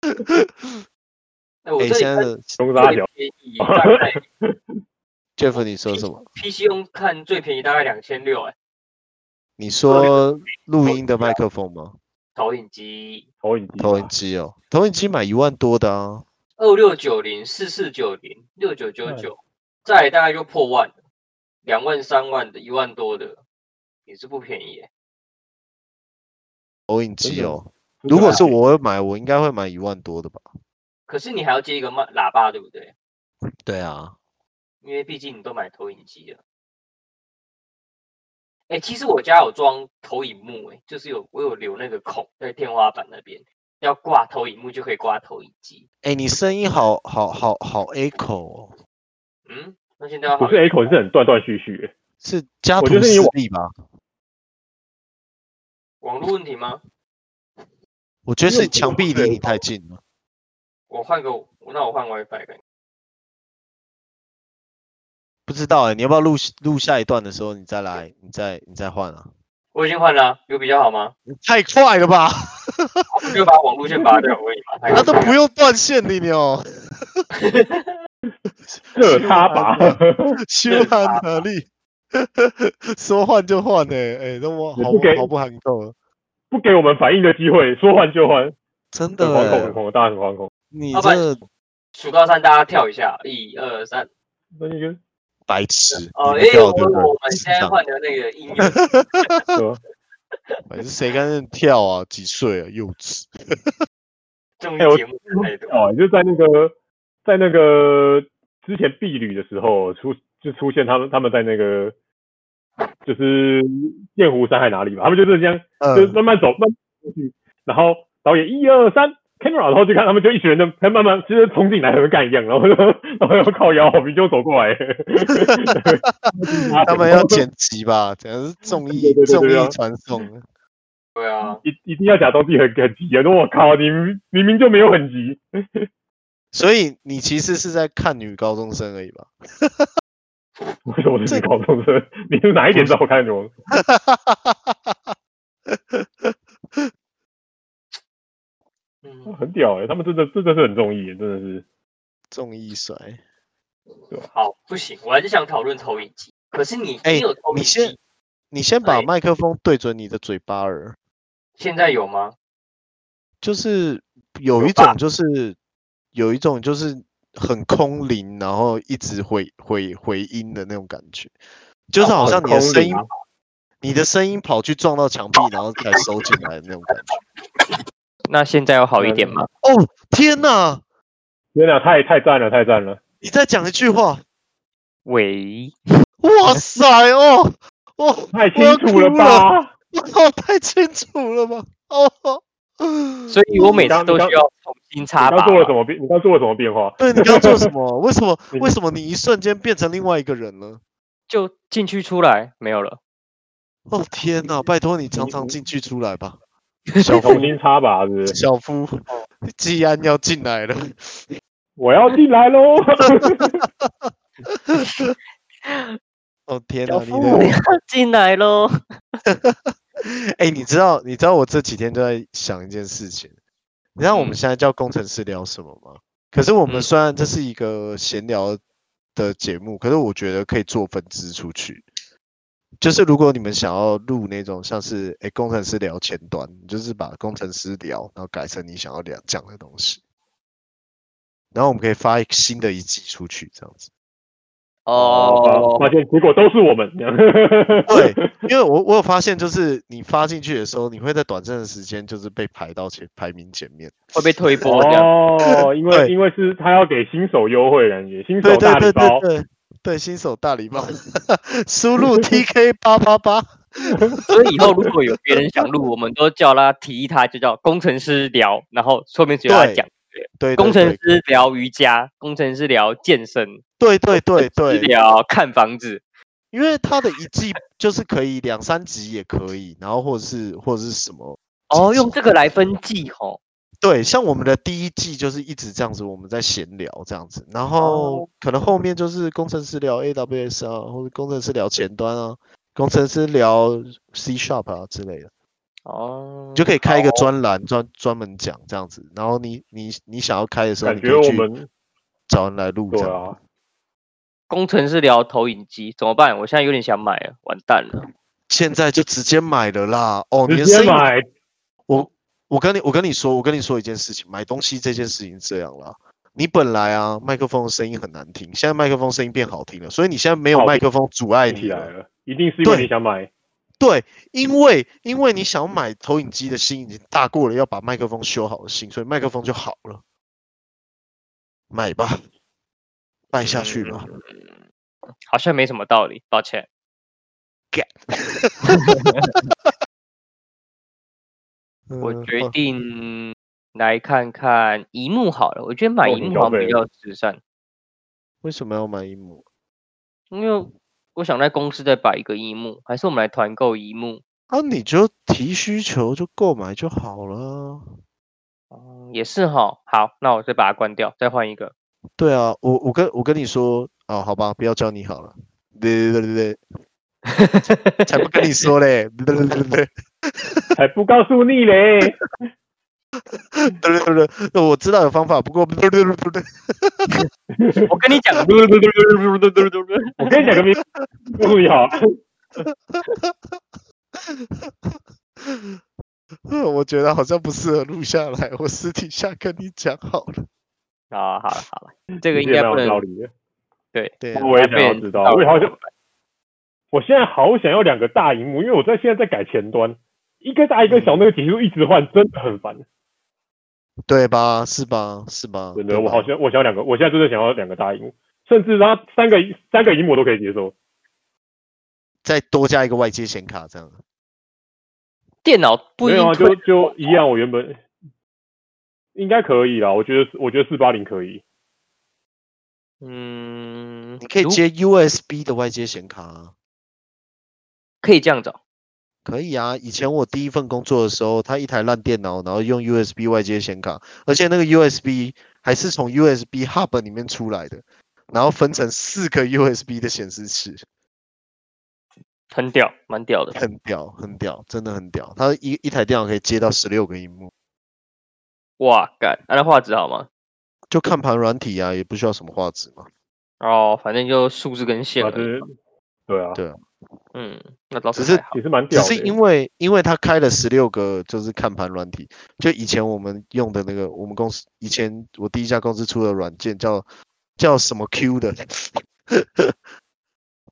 Speaker 4: 哎、我
Speaker 1: 哎、
Speaker 4: 这里
Speaker 1: 现在
Speaker 4: 看
Speaker 1: 的
Speaker 2: 中
Speaker 4: 最
Speaker 2: 大小，
Speaker 4: 便宜大概
Speaker 1: Jeff 你说什么？
Speaker 4: PC 用看最便宜大概两千六哎，
Speaker 1: 你说录音的
Speaker 4: 投影机啊
Speaker 1: 麦克风吗？
Speaker 4: 投影机
Speaker 2: 投影机，啊
Speaker 1: 投影机哦，投影机买一万多的啊，
Speaker 4: 二六九零、四四九零、六九九
Speaker 2: 对
Speaker 4: 九，再来大概就破万了，两万、三万的、一万多的，也是不便宜哎。
Speaker 1: 投影
Speaker 2: 真
Speaker 1: 机
Speaker 2: 的
Speaker 1: 哦。
Speaker 2: 真的
Speaker 1: 如果是
Speaker 2: 很
Speaker 1: 我会买，我应该会买一万多的吧？
Speaker 4: 可是你还要接一个麦喇叭，对不对？
Speaker 1: 对啊，
Speaker 4: 因为毕竟你都买投影机了。哎、其实我家有装投影幕、欸，哎，就是有我有留那个孔在天花板那边，要挂投影幕就可以挂投影机。
Speaker 1: 哎、你声音好好好好 echo，、哦、
Speaker 4: 嗯，那现在要
Speaker 2: 不
Speaker 4: 好
Speaker 2: 是 A 口，是很断断续续。
Speaker 1: 是家
Speaker 2: 我
Speaker 1: 徒
Speaker 2: 觉得你
Speaker 1: 四
Speaker 2: 网
Speaker 1: 壁吧？
Speaker 4: 网络问题吗？
Speaker 1: 我觉得
Speaker 2: 你
Speaker 1: 是
Speaker 2: 有
Speaker 1: 墙
Speaker 2: 多
Speaker 1: 壁
Speaker 2: 贵
Speaker 1: 离你
Speaker 2: 吗
Speaker 1: 太近了。
Speaker 4: 我换个，那我换 WiFi 看。
Speaker 1: 不知道哎、你要不要录录下一段的时候，你再来，你再你再换啊？
Speaker 4: 我已经换了啊，有比较好吗？
Speaker 1: 太快了吧！
Speaker 4: 好我就把网络线拔掉，我也把它
Speaker 1: 他啊都不用断线的哦鸟，
Speaker 2: 这他吧，
Speaker 1: 啊修汉合力， 说换就换呢、欸，哎、那我
Speaker 2: 你
Speaker 1: 好
Speaker 2: 不
Speaker 1: 不
Speaker 2: 给
Speaker 1: 好不含扣，
Speaker 2: 不给我们反应的机会，说换就换，
Speaker 1: 真的
Speaker 2: 很惶恐，
Speaker 1: 欸、
Speaker 2: 很惶恐，大家很惶恐。
Speaker 1: 你
Speaker 4: 老板
Speaker 1: 这
Speaker 4: 数到三，大家跳一下，一二 三。
Speaker 2: 那你跟
Speaker 1: 白痴，
Speaker 4: 哦，
Speaker 1: 你
Speaker 4: 因
Speaker 1: 不
Speaker 4: 为
Speaker 1: 要
Speaker 4: 我
Speaker 1: 对不对
Speaker 4: 我们现在
Speaker 1: 智障
Speaker 4: 换的那个音乐，
Speaker 2: 说，
Speaker 1: 哎是谁敢跳啊？几岁啊？幼稚，
Speaker 4: 综
Speaker 2: 哎我
Speaker 4: 艺节目太多。
Speaker 2: 哦，就在那个在那个之前避旅的时候出就出现他们他们在那个就是剑湖山还哪里吧，他们就是这样，就
Speaker 1: 嗯，
Speaker 2: 慢慢走，慢慢走去，然后导演一二三。camera，然后就看他们就一群人在在慢慢就是冲进来，很干一样，然后就然后要靠腰，明就走过来，
Speaker 1: 他们要剪辑吧？讲的是综艺
Speaker 2: 对对对
Speaker 1: 综
Speaker 2: 对啊
Speaker 1: 艺传送，
Speaker 4: 对啊，
Speaker 2: 一一定要假装自己很很急啊！我靠，你明明明就没有很急，
Speaker 1: 所以你其实是在看女高中生而已吧？
Speaker 2: 为什么是
Speaker 1: 这
Speaker 2: 你搞错车？ 你是哪一点让我看什么？
Speaker 4: 嗯，
Speaker 2: 很屌哎、他们真的真的是很中意，真的是
Speaker 1: 综艺甩，
Speaker 4: 好，不行，我还是想讨论投影机。可是你，
Speaker 1: 哎
Speaker 4: 你有投
Speaker 1: 你
Speaker 4: 影
Speaker 1: 先
Speaker 4: 机，
Speaker 1: 你先把
Speaker 4: 哎
Speaker 1: 麦克风对准你的嘴巴耳。
Speaker 4: 现在有吗？
Speaker 1: 就是有
Speaker 4: 有
Speaker 1: 一
Speaker 4: 吧
Speaker 1: 种就是有一种就是很空灵，然后一直回回回音的那种感觉，就是好
Speaker 2: 哦很
Speaker 1: 像你的
Speaker 2: 空
Speaker 1: 声
Speaker 2: 灵
Speaker 1: 音，你的声音跑去撞到墙壁，然后才收进来的那种感觉。
Speaker 3: 那现在有好一
Speaker 2: 嗯
Speaker 3: 点吗？
Speaker 1: 哦，天哪！
Speaker 2: 天哪，太太赞了，太赞了！
Speaker 1: 你再讲一句话，
Speaker 3: 喂，
Speaker 1: 哇塞哦，哦，
Speaker 2: 太清
Speaker 1: 我要
Speaker 2: 楚了
Speaker 1: 哭
Speaker 2: 吧？
Speaker 1: 哦，太清楚了吧？哦，
Speaker 3: 所以我每次
Speaker 2: 刚
Speaker 3: 都
Speaker 2: 你
Speaker 3: 需
Speaker 2: 刚
Speaker 3: 要重新插
Speaker 2: 你
Speaker 3: 拔
Speaker 2: 刚做了
Speaker 3: 吗
Speaker 2: 什。么变？你刚做了什么 变化？
Speaker 1: 对你刚做什么？为什 么？
Speaker 2: 你
Speaker 1: 为什么你一瞬间变成另外一个人了？
Speaker 3: 就进去出来没有了。
Speaker 1: 哦天哪！拜托你常
Speaker 2: 你
Speaker 1: 常
Speaker 2: 你
Speaker 1: 进去出来 吧。
Speaker 2: 小重新插拔是不是？
Speaker 1: 小夫，季安要进来了，
Speaker 2: 我要进来喽！
Speaker 1: 哦天
Speaker 3: 小
Speaker 1: 哪，你
Speaker 3: 夫
Speaker 1: 的，
Speaker 3: 进来喽！
Speaker 1: 哎、你知道，你知道我这几天就在想一件事情，你知道我们
Speaker 3: 嗯
Speaker 1: 现在叫工程师聊什么吗？可是我们
Speaker 3: 嗯
Speaker 1: 虽然这是一个闲聊的节目，可是我觉得可以做分支出去。就是如果你们想要录那种像是哎、诶工程师聊前端，你就是把工程师聊，然后改成你想要聊讲的东西，然后我们可以发一新的一季出去，这样子。
Speaker 4: 哦，
Speaker 2: 发现结果都是我们。这样
Speaker 1: 对，因为我我有发现，就是你发进去的时候，你会在短暂的时间就是被排到前排名前面。
Speaker 4: 会被推波这样。
Speaker 2: 哦，因为
Speaker 1: 对
Speaker 2: 因为是他要给新手优惠的感觉，新
Speaker 1: 对
Speaker 2: 手
Speaker 1: 对
Speaker 2: 大礼
Speaker 1: 对
Speaker 2: 包
Speaker 1: 对，对对，新手大礼包， 输入 TK 八八八。
Speaker 4: 所以以后如果有别人想录，我们都叫他提议他，就叫工程师聊，然后说明只有他
Speaker 1: 对
Speaker 4: 讲。
Speaker 1: 对，对
Speaker 4: 工程
Speaker 1: 对
Speaker 4: 师聊瑜伽，工程师聊健身，
Speaker 1: 对对 对
Speaker 4: 师
Speaker 1: 对，
Speaker 4: 聊看房子，
Speaker 1: 因为它的一季就是可以两三集也可以，然后或者是或者是什么
Speaker 4: 哦，
Speaker 1: 几
Speaker 4: 用
Speaker 1: 集
Speaker 4: 这个来分季吼。
Speaker 1: 对，像我们的第一季就是一直这样子，我们在闲聊这样子，然
Speaker 2: 哦
Speaker 1: 后可能后面就是工程师聊 AWS 啊，或者工程师聊前端啊，工程师聊 C Sharp 啊之类的，
Speaker 4: 哦
Speaker 1: 你，就可以开一个
Speaker 2: 嗯
Speaker 4: 好
Speaker 1: 专栏专专门讲这样子。然后你你你想要开的时候，
Speaker 2: 感
Speaker 1: 你
Speaker 2: 觉
Speaker 1: 可以
Speaker 2: 我
Speaker 1: 去
Speaker 2: 们
Speaker 1: 找人来录这
Speaker 2: 对
Speaker 1: 样。
Speaker 2: 啊，
Speaker 4: 工程师聊投影机怎么办？我现在有点想买了，完蛋了。
Speaker 1: 现在就直接买了啦！哦，你
Speaker 2: 直
Speaker 1: 的声
Speaker 2: 接
Speaker 1: 音
Speaker 2: 买
Speaker 1: 我我跟你我跟你说，我跟你说一件事情，买东西这件事情是这样啦。你本来啊，麦克风的声音很难听，现在麦克风声音变好听了，所以你现在没有
Speaker 2: 好
Speaker 1: 麦
Speaker 2: 听
Speaker 1: 克风阻碍你
Speaker 2: 起来
Speaker 1: 了。
Speaker 2: 了，一定是因为
Speaker 1: 对
Speaker 2: 你 想买。
Speaker 1: 对，因为因为你想买投影机的心已经大过了要把麦克风修好的心，所以麦克风就好了。买吧，卖下去吧。
Speaker 4: 嗯好像没什么道理，抱歉。我
Speaker 1: 嗯
Speaker 4: 决
Speaker 1: 哦
Speaker 4: 定来看看荧幕好了，我觉得
Speaker 2: 哦
Speaker 4: 买荧
Speaker 2: 你
Speaker 4: 幕
Speaker 2: 消
Speaker 4: 好像比
Speaker 2: 费
Speaker 4: 较时尚，
Speaker 1: 为什么要买一幕？
Speaker 4: 因为我想在公司再摆一个荧幕，还是我们来团购荧幕，
Speaker 1: 啊，你就提需求就购买就好了。啊
Speaker 4: 嗯也是哈。好，那我再把它关掉，再换一个。
Speaker 1: 对啊，我我跟我跟你说哦，好吧，不要教你好了。对对对对对，才不跟你说嘞！对对对对
Speaker 2: 还不告诉你嘞，
Speaker 1: 对对对对，我知道有方法，不过对对对对对，
Speaker 4: 我跟你讲，
Speaker 2: 我跟你讲个秘密，祝你好，
Speaker 1: 嗯我觉得好像不适合录下来，我私底下跟你讲好了。
Speaker 4: 啊， 好了好了，这个应
Speaker 2: 也
Speaker 4: 该
Speaker 2: 蛮
Speaker 4: 不
Speaker 2: 有道
Speaker 4: 能
Speaker 2: 理的。
Speaker 4: 对。
Speaker 1: 对啊、
Speaker 2: 我也想要知道，我也好想，我现在好想要两个大荧幕，因为我在现在在改前端，一个大一个小，
Speaker 4: 嗯
Speaker 2: 那个解析度一直换，真的很烦。
Speaker 1: 对吧？是吧？是
Speaker 4: 哦
Speaker 1: 吧？
Speaker 2: 真
Speaker 1: 对
Speaker 4: 啊
Speaker 2: 的，我
Speaker 1: 吧
Speaker 2: 好想我想要两个，我现在真的想要两个大荧幕，甚至它三个三个荧幕我都可以接受。
Speaker 1: 再多加一个外接显卡这样。
Speaker 4: 电脑不一
Speaker 2: 没有
Speaker 4: 定
Speaker 2: 啊，
Speaker 4: 推
Speaker 2: 就就一样，我原本应该可以啦，我觉得我觉得四八零可以。
Speaker 4: 嗯，
Speaker 1: 你可以
Speaker 4: 如
Speaker 1: 接 USB 的外接显卡、啊，
Speaker 4: 可以这样找，
Speaker 1: 可以啊。以前我第一份工作的时候，他一台烂电脑，然后用 USB 外接显卡，而且那个 USB 还是从 USB Hub 里面出来的，然后分成四个 USB 的显示器，
Speaker 4: 很屌，蛮屌的。
Speaker 1: 很屌，很屌，真的很屌。它一一台电脑可以接到十六个荧幕，
Speaker 4: 哇，干，啊那画质好吗？
Speaker 1: 就看盘软体啊，也不需要什么画质嘛。
Speaker 4: 哦，反正就数字跟线
Speaker 2: 啊，
Speaker 4: 而
Speaker 2: 就
Speaker 4: 已
Speaker 2: 是
Speaker 4: 嘛。
Speaker 2: 对啊，
Speaker 1: 对
Speaker 4: 嗯，那倒
Speaker 1: 只
Speaker 4: 是
Speaker 1: 是
Speaker 4: 还好
Speaker 2: 也是蛮
Speaker 1: 只
Speaker 2: 屌的
Speaker 1: 是
Speaker 2: 欸。
Speaker 1: 因为因为他开了十六个就是看盘软体，就以前我们用的那个，我们公司以前我第一家公司出的软件叫叫什么 Q 的，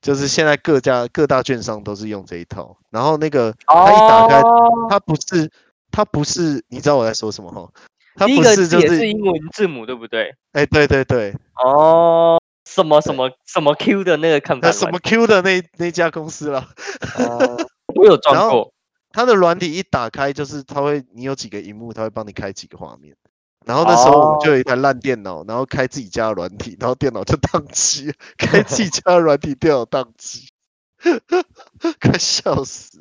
Speaker 1: 就是现在各家各大券商都是用这一套。然后那个它一打开，
Speaker 4: 哦
Speaker 1: 它不是它不是，你知道我在说什么哈？它
Speaker 4: 第一
Speaker 1: 不
Speaker 4: 个
Speaker 1: 是就
Speaker 4: 字也
Speaker 1: 是
Speaker 4: 是英文字母对不对？
Speaker 1: 哎、对对对，
Speaker 4: 哦，什么什
Speaker 1: 对
Speaker 4: 么什么 Q 的那个看
Speaker 1: 那
Speaker 4: 板
Speaker 1: 什
Speaker 4: 软
Speaker 1: 么 Q 的那那家公司啦。
Speaker 2: 欸
Speaker 4: 哦我有
Speaker 1: 然后
Speaker 4: 装过，
Speaker 1: 它的软体一打开，就是它会，你有几个荧幕，它会帮你开几个画面。然后那时候我就有一台烂电脑，然后开自己家的软体，然后电脑就宕机了，开自己家的软体，电脑宕机， 快笑死！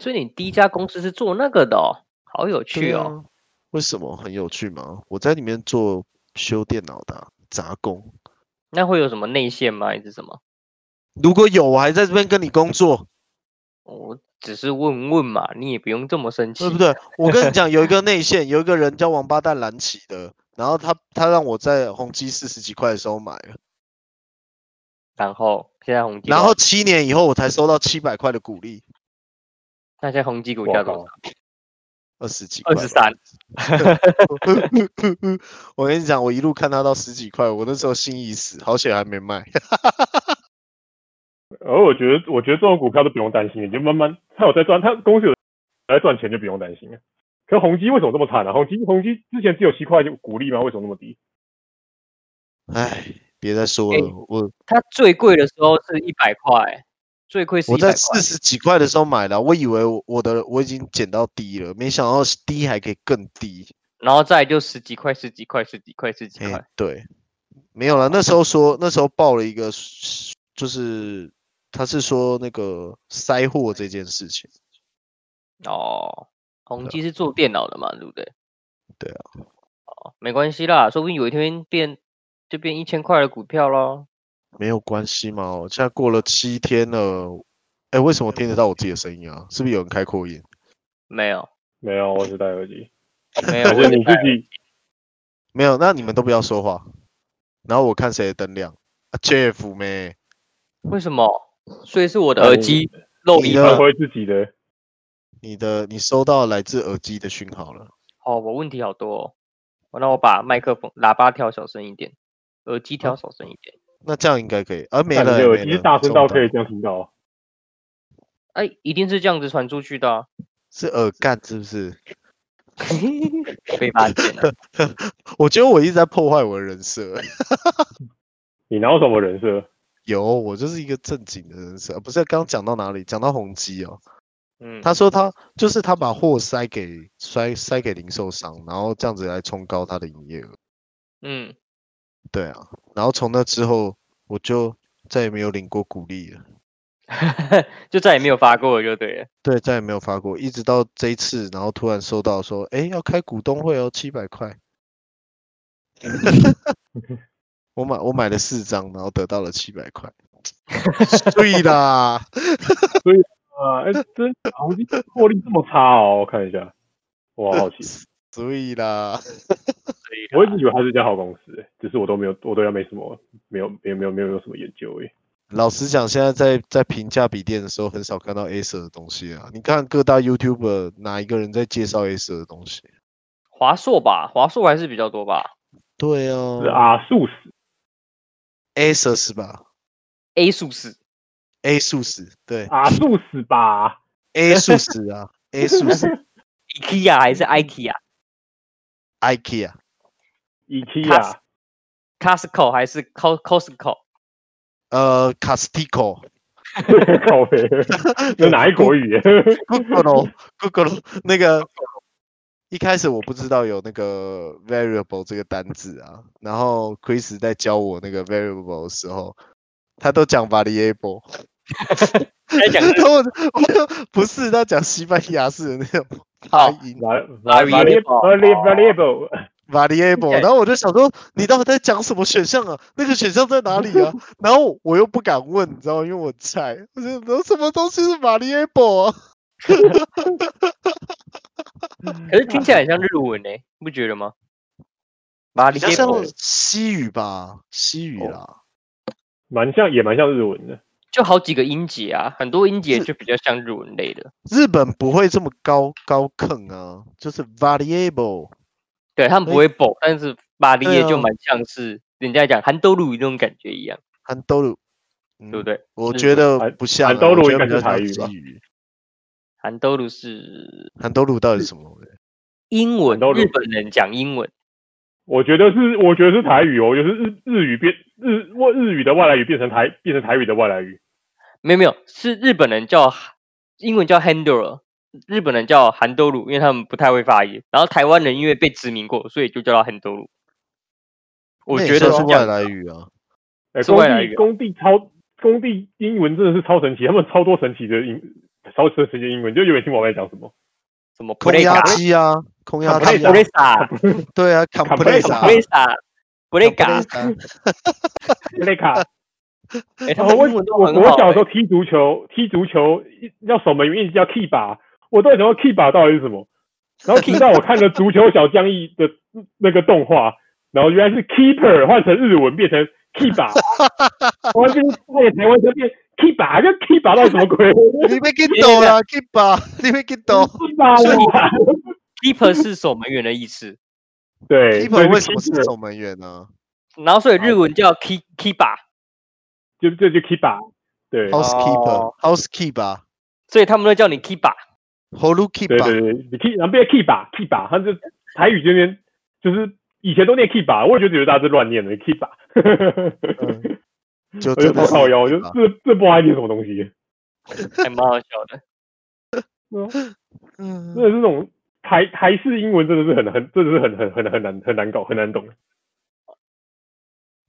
Speaker 4: 所以你第一家公司是做那个的哦，好有
Speaker 1: 对
Speaker 4: 趣哦。
Speaker 1: 啊，为什么很有趣吗？我在里面做修电脑的啊、杂工，
Speaker 4: 那会有什么内线吗？还是什么？
Speaker 1: 如果有，我还在这边跟你工作，
Speaker 4: 我只是问问嘛，你也不用这么生气
Speaker 1: 对不。对？我跟你讲，有一个内线，有一个人叫王八蛋蓝旗的，然后他他让我在宏基四十几块的时候买了，
Speaker 4: 然后现在宏基多
Speaker 1: 然
Speaker 4: 少，
Speaker 1: 后七年以后我才收到七百块的鼓励，
Speaker 4: 那现在宏 基股价多
Speaker 2: 哇
Speaker 4: 少？
Speaker 1: 二十几，
Speaker 4: 23。
Speaker 1: 我跟你讲，我一路看它到十几块，我那时候心已死，好险还没卖。
Speaker 2: 而我觉得，我觉得这种股票都不用担心，你就慢慢，它有在赚，它公司有在赚钱就不用担心了。可宏基为什么这么惨呢、啊宏基宏基之前只有七块就股利吗？为什么那么低？
Speaker 1: 唉，别再说
Speaker 4: 哎
Speaker 1: 了，我
Speaker 4: 它最贵的时候是一百块，最贵是
Speaker 1: 我
Speaker 4: 一百
Speaker 1: 在
Speaker 4: 块。
Speaker 1: 四十几块的时候买的，啊我以为我我的我已经捡到低了，没想到低还可以更低。
Speaker 4: 然后再就十几块、十几块、十几块、十几
Speaker 1: 哎、
Speaker 4: 块，
Speaker 1: 对，没有了。那时候说，那时候报了一个是，就是他是说那个塞货这件事情。
Speaker 4: 哦，宏基是做电脑的嘛，对不对？
Speaker 1: 对
Speaker 4: 啊。哦，没关系啦，说不定有一天变就变一千块的股票咯。
Speaker 1: 没有关系嘛，我现在过了七天了，哎，为什么我听得到我自己的声音啊？是不是有人开扩音？
Speaker 4: 没有，
Speaker 2: 没有，我是戴耳机，
Speaker 4: 没 有，
Speaker 2: 但
Speaker 4: 我
Speaker 2: 是
Speaker 4: 也
Speaker 2: 你自己
Speaker 1: 没有，那你们都不要说话，然后我看谁的灯亮。啊、Jeff 咩？
Speaker 4: 为什么？所以是我的耳机漏
Speaker 1: 哦你
Speaker 4: 音
Speaker 1: 的
Speaker 2: 传
Speaker 4: 了。
Speaker 2: 回自己的。
Speaker 1: 你的你收到来自耳机的讯号了。
Speaker 4: 哦，我问题好多哦。哦那我把麦克风喇叭调小声一点，耳机
Speaker 1: 哦
Speaker 4: 调小声一点。
Speaker 1: 那这样应该可以，啊，没
Speaker 2: 但
Speaker 1: 了
Speaker 2: 你
Speaker 1: 欸，没
Speaker 2: 的耳机
Speaker 1: 了
Speaker 2: 是大声到可以
Speaker 1: 中断
Speaker 2: 这样听到啊，
Speaker 4: 哎，一定是这样子传出去的、啊，
Speaker 1: 是耳干是不是？
Speaker 4: 被发现了。
Speaker 1: 我觉得我一直在破坏我的人设，
Speaker 2: 你哪有什么人设？
Speaker 1: 有，我就是一个正经的人设，不是刚讲到哪里？讲到宏基哦，
Speaker 4: 嗯，
Speaker 1: 他说他就是他把货塞给塞塞给零售商，然后这样子来冲高他的营业额。
Speaker 4: 嗯，
Speaker 1: 对啊，然后从那之后我就再也没有领过鼓励了，
Speaker 4: 就再也没有发过了，就对了。
Speaker 1: 对，再也没有发过，一直到这一次，然后突然收到说，哎，要开股东会哦，七百块。我买我买了四张，然后得到了七百块，对啦，
Speaker 2: 啊，哎，真宏基获利这么差哦，我看一下，我好好 奇，
Speaker 1: 啊对啦，
Speaker 2: 我一直以为它是一家好公司、哎只是我都没有，我对它没什么，没有，没有，没有，没有什么研究诶、
Speaker 1: 老实讲，现在在在评价笔电的时候，很少看到 Acer 的东西啊。你看各大 YouTuber 哪一个人在介绍 Acer 的东西？
Speaker 4: 华硕吧，华硕还是比较多吧。
Speaker 1: 对
Speaker 2: 是
Speaker 1: 啊
Speaker 2: 啊，素食
Speaker 1: ，Acer 是吧
Speaker 4: A 数是
Speaker 1: ？A 数十，对
Speaker 2: 啊，素食 吧，
Speaker 1: ，A 数十啊，A 数十
Speaker 4: IKEA 还
Speaker 1: 嗯
Speaker 4: 是 IKEA、
Speaker 1: ，IKEA，
Speaker 2: IKEA
Speaker 4: Costco 还是 Co Costco？
Speaker 1: 呃，Castico，
Speaker 2: 靠背，这哪一国语、
Speaker 1: Google，Google 那个一开始我不知道有那个 variable 这个单字啊，然后 Chris 在教我那个 variable 的时候，他都讲 variable，
Speaker 4: 在讲
Speaker 1: 然 后我就我就不是他讲西班牙式的那种
Speaker 2: 哦
Speaker 1: 发音
Speaker 2: variable，variable，
Speaker 1: variable，啊
Speaker 4: 解
Speaker 1: 然后我就想说你到底在讲什么选项 啊？那个选项在哪里啊？然后我又不敢问，你知道吗？因为我很菜，我就说什么东西是 variable 啊？
Speaker 4: 可是听起来很像日文呢、你不觉得吗？马里
Speaker 1: 比较
Speaker 4: 杰
Speaker 1: 像
Speaker 4: 博
Speaker 1: 西语吧，西语
Speaker 2: 哦
Speaker 1: 啦。
Speaker 2: 蛮像，也蛮像日文的。
Speaker 4: 就好几个音节啊，很多音节就比较像日文类的，
Speaker 1: 日本不会这么高高坑啊，就是 variable，
Speaker 4: 对他们不
Speaker 1: 所
Speaker 4: 会爆，但是马里
Speaker 1: 对
Speaker 4: 耶就
Speaker 1: 啊
Speaker 4: 蛮像是人家讲韩兜鲁语那种感觉一样，
Speaker 1: 韩都鲁，对
Speaker 4: 对不？对？
Speaker 1: 我
Speaker 4: 日
Speaker 1: 觉
Speaker 4: 本
Speaker 1: 得
Speaker 2: 韩
Speaker 1: 不像
Speaker 4: 啊
Speaker 2: 韩
Speaker 1: 欸，
Speaker 2: 都
Speaker 1: 我
Speaker 2: 鲁
Speaker 1: 觉
Speaker 2: 应
Speaker 1: 得
Speaker 2: 该
Speaker 1: 比
Speaker 2: 是
Speaker 1: 较
Speaker 2: 台
Speaker 1: 像
Speaker 2: 语吧
Speaker 1: 西语。
Speaker 4: 韩兜鲁是
Speaker 1: 韩都鲁到底是什么东西？
Speaker 4: 英文
Speaker 2: 兜，鲁
Speaker 4: 日本人讲英文，
Speaker 2: 我觉得是，我觉得是台语哦，我觉得是日日语变日外日语的外来语变成台变成台语的外来语。
Speaker 4: 没有没有，是日本人叫英文叫 handler，日本人叫韩兜鲁，因为他们不太会发音。然后台湾人因为被殖民过，所以就叫他韩兜鲁。我
Speaker 1: 那也
Speaker 4: 觉得
Speaker 1: 算是
Speaker 4: 这
Speaker 1: 外
Speaker 4: 样
Speaker 1: 来语啊。
Speaker 2: 哎，
Speaker 4: 是
Speaker 2: 工
Speaker 4: 外来
Speaker 2: 地
Speaker 4: 语啊
Speaker 2: 工地超工地英文真的是超神奇，他们超多神奇的英超神奇的英文，就有点听不懂我在讲 什么。
Speaker 4: 什么
Speaker 1: 空
Speaker 4: play
Speaker 1: 压
Speaker 4: 卡、
Speaker 1: 机啊，空压
Speaker 2: 他们
Speaker 4: p
Speaker 1: 机
Speaker 4: l
Speaker 1: 啊
Speaker 4: a，y 卡、
Speaker 1: 对啊
Speaker 2: Compressor，
Speaker 1: ，compressor 啊
Speaker 4: p l a y 卡、p l a y 卡，
Speaker 1: ，compressor
Speaker 2: 雷卡，
Speaker 4: 哎，他
Speaker 1: 哦
Speaker 2: 哦
Speaker 4: 们
Speaker 2: 我
Speaker 4: 英文都
Speaker 2: 我
Speaker 4: 很
Speaker 2: 我
Speaker 4: 好
Speaker 2: 小时
Speaker 4: 欸。
Speaker 2: 候踢足球，踢足球一要守门员，一直叫 key 把，我都在 想说 key 把到底是什么。然后直到我看了《足球小将》一的那个动画，然后原来是 keeper 换成日文变成 keeper，我这在台湾就变 keeper，这 keeper 到什么鬼
Speaker 1: 你被给抖了，keep 吧，你被给
Speaker 2: 嗯
Speaker 1: 抖。啊
Speaker 4: 所以你
Speaker 2: ？keeper 啦，
Speaker 4: keeper 是守门员的意思，
Speaker 2: 对
Speaker 1: keeper 为什么是
Speaker 2: 是
Speaker 1: 守门员啊呢？
Speaker 4: 然后所以
Speaker 2: 哦
Speaker 4: 日文叫 keep keeper，
Speaker 2: 就就就 keeper，对哦
Speaker 1: housekeeper、housekeeper、
Speaker 4: 所以他们都叫你 keeper。
Speaker 1: holu
Speaker 2: 对
Speaker 1: keeper，
Speaker 2: 对对你，keep 然后变 keeper，keeper，他就台语这边就是以前都念 keeper，我也觉得有大家是乱念的 keeper，
Speaker 1: 就嗯
Speaker 2: 我就
Speaker 1: 真
Speaker 2: 不
Speaker 1: 的是
Speaker 2: 靠腰，我就
Speaker 1: keeper
Speaker 2: 这这不还念什么东西？
Speaker 4: 还蛮好笑的。
Speaker 1: 嗯
Speaker 2: 真的是那种台台式英文真的是很很真的是很很很很难很难搞很难懂。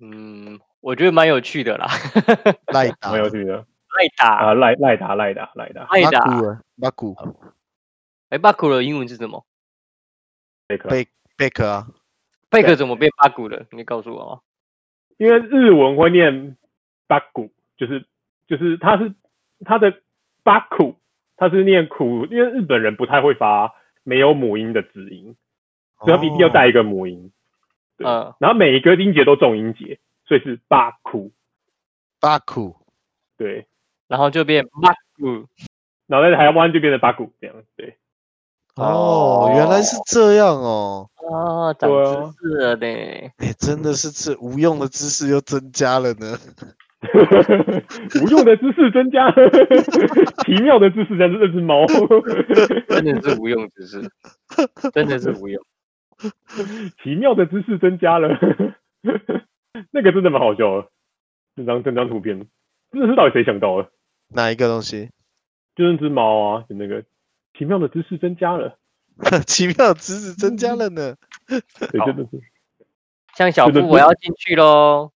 Speaker 4: 嗯，我觉得蛮有趣的 啦。
Speaker 1: 赖打
Speaker 2: 蛮有趣的
Speaker 4: 赖打，
Speaker 2: 啊，赖赖达赖达赖达，
Speaker 4: 赖
Speaker 1: 马
Speaker 4: 打。
Speaker 1: 古尔马古
Speaker 4: 哎，巴古的英文是什么？
Speaker 2: 贝克
Speaker 1: 贝贝克啊，
Speaker 4: 贝克怎么变巴古了？你告诉我啊。
Speaker 2: 因为日文会念巴古，就是就是它是它的巴苦，它是念苦，因为日本人不太会发没有母音的子音，所以它一
Speaker 1: 哦
Speaker 2: 定要带一个母音。对
Speaker 4: 嗯，
Speaker 2: 然后每一个音节都重音节，所以是巴苦。
Speaker 1: 巴库
Speaker 2: 对，
Speaker 4: 然后就变巴古。
Speaker 2: 然后在台湾就变成巴古这样。对，
Speaker 1: 哦，原来是这样哦，
Speaker 4: 啊，长
Speaker 2: 对啊
Speaker 4: 知识了呢。
Speaker 1: 哎，真的是这无用的知识又增加了呢。
Speaker 2: 无用的知识增加， 奇妙的知识增加这只猫。
Speaker 4: 真的是无用知识，真的是无用。
Speaker 2: 奇妙的知识增加了， 那个真的蛮好笑的。那张那张图片，真的是到底谁想到的？
Speaker 1: 哪一个东西？
Speaker 2: 就那只猫啊，就那个奇妙的知识增加了，
Speaker 1: 奇妙的知识增加了
Speaker 2: 嗯
Speaker 1: 呢。
Speaker 2: 对，
Speaker 4: 好
Speaker 2: 真的是
Speaker 4: 像小
Speaker 2: 真的
Speaker 4: 夫，
Speaker 2: 是
Speaker 4: 我要进去喽。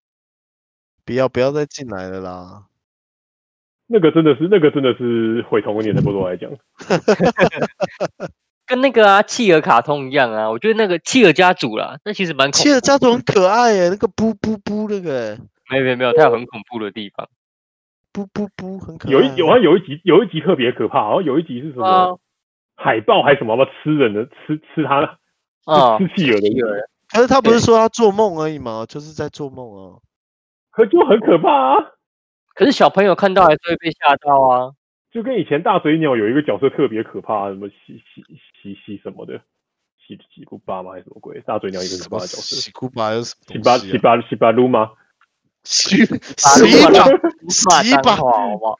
Speaker 1: 不要不要再进来了啦！
Speaker 2: 那个真的是那个真的是毁童年的，不多来讲，
Speaker 4: 跟那个啊企鹅卡通一样啊，我觉得那个企鹅家族啦，那其实蛮恐
Speaker 1: 企，鹅家族很可爱耶，那个布布布那个哎耶
Speaker 4: 没有没有没有，它有很恐怖的地方
Speaker 1: 布布布很可爱。啊
Speaker 2: 有一有啊好像有一集有一集特别可怕，好像有一集是什
Speaker 4: 啊
Speaker 2: 么海豹还是什么要不要吃人的，吃吃它
Speaker 4: 啊，
Speaker 2: 吃企鹅的，
Speaker 4: 企鹅
Speaker 1: 可是他
Speaker 2: 哎
Speaker 1: 不是说他做梦而已吗？就是在做梦哦。
Speaker 2: 可就很可怕啊。
Speaker 4: 可是小朋友看到还是会被吓到啊。
Speaker 2: 就跟以前大嘴鸟有一个角色特别可怕，什么西西西西什么的，西西古巴吗还是什么鬼？大嘴鸟一个
Speaker 1: 什
Speaker 2: 可怕
Speaker 1: 么
Speaker 2: 的角色，
Speaker 1: 喜 古巴又是
Speaker 4: 啊
Speaker 2: 西巴
Speaker 1: 啊
Speaker 2: 西巴西巴鲁吗？
Speaker 1: 西
Speaker 4: 把
Speaker 1: 西
Speaker 4: 把
Speaker 1: 巴
Speaker 4: 洗
Speaker 1: 洗
Speaker 4: 把
Speaker 1: 把
Speaker 4: 好不好？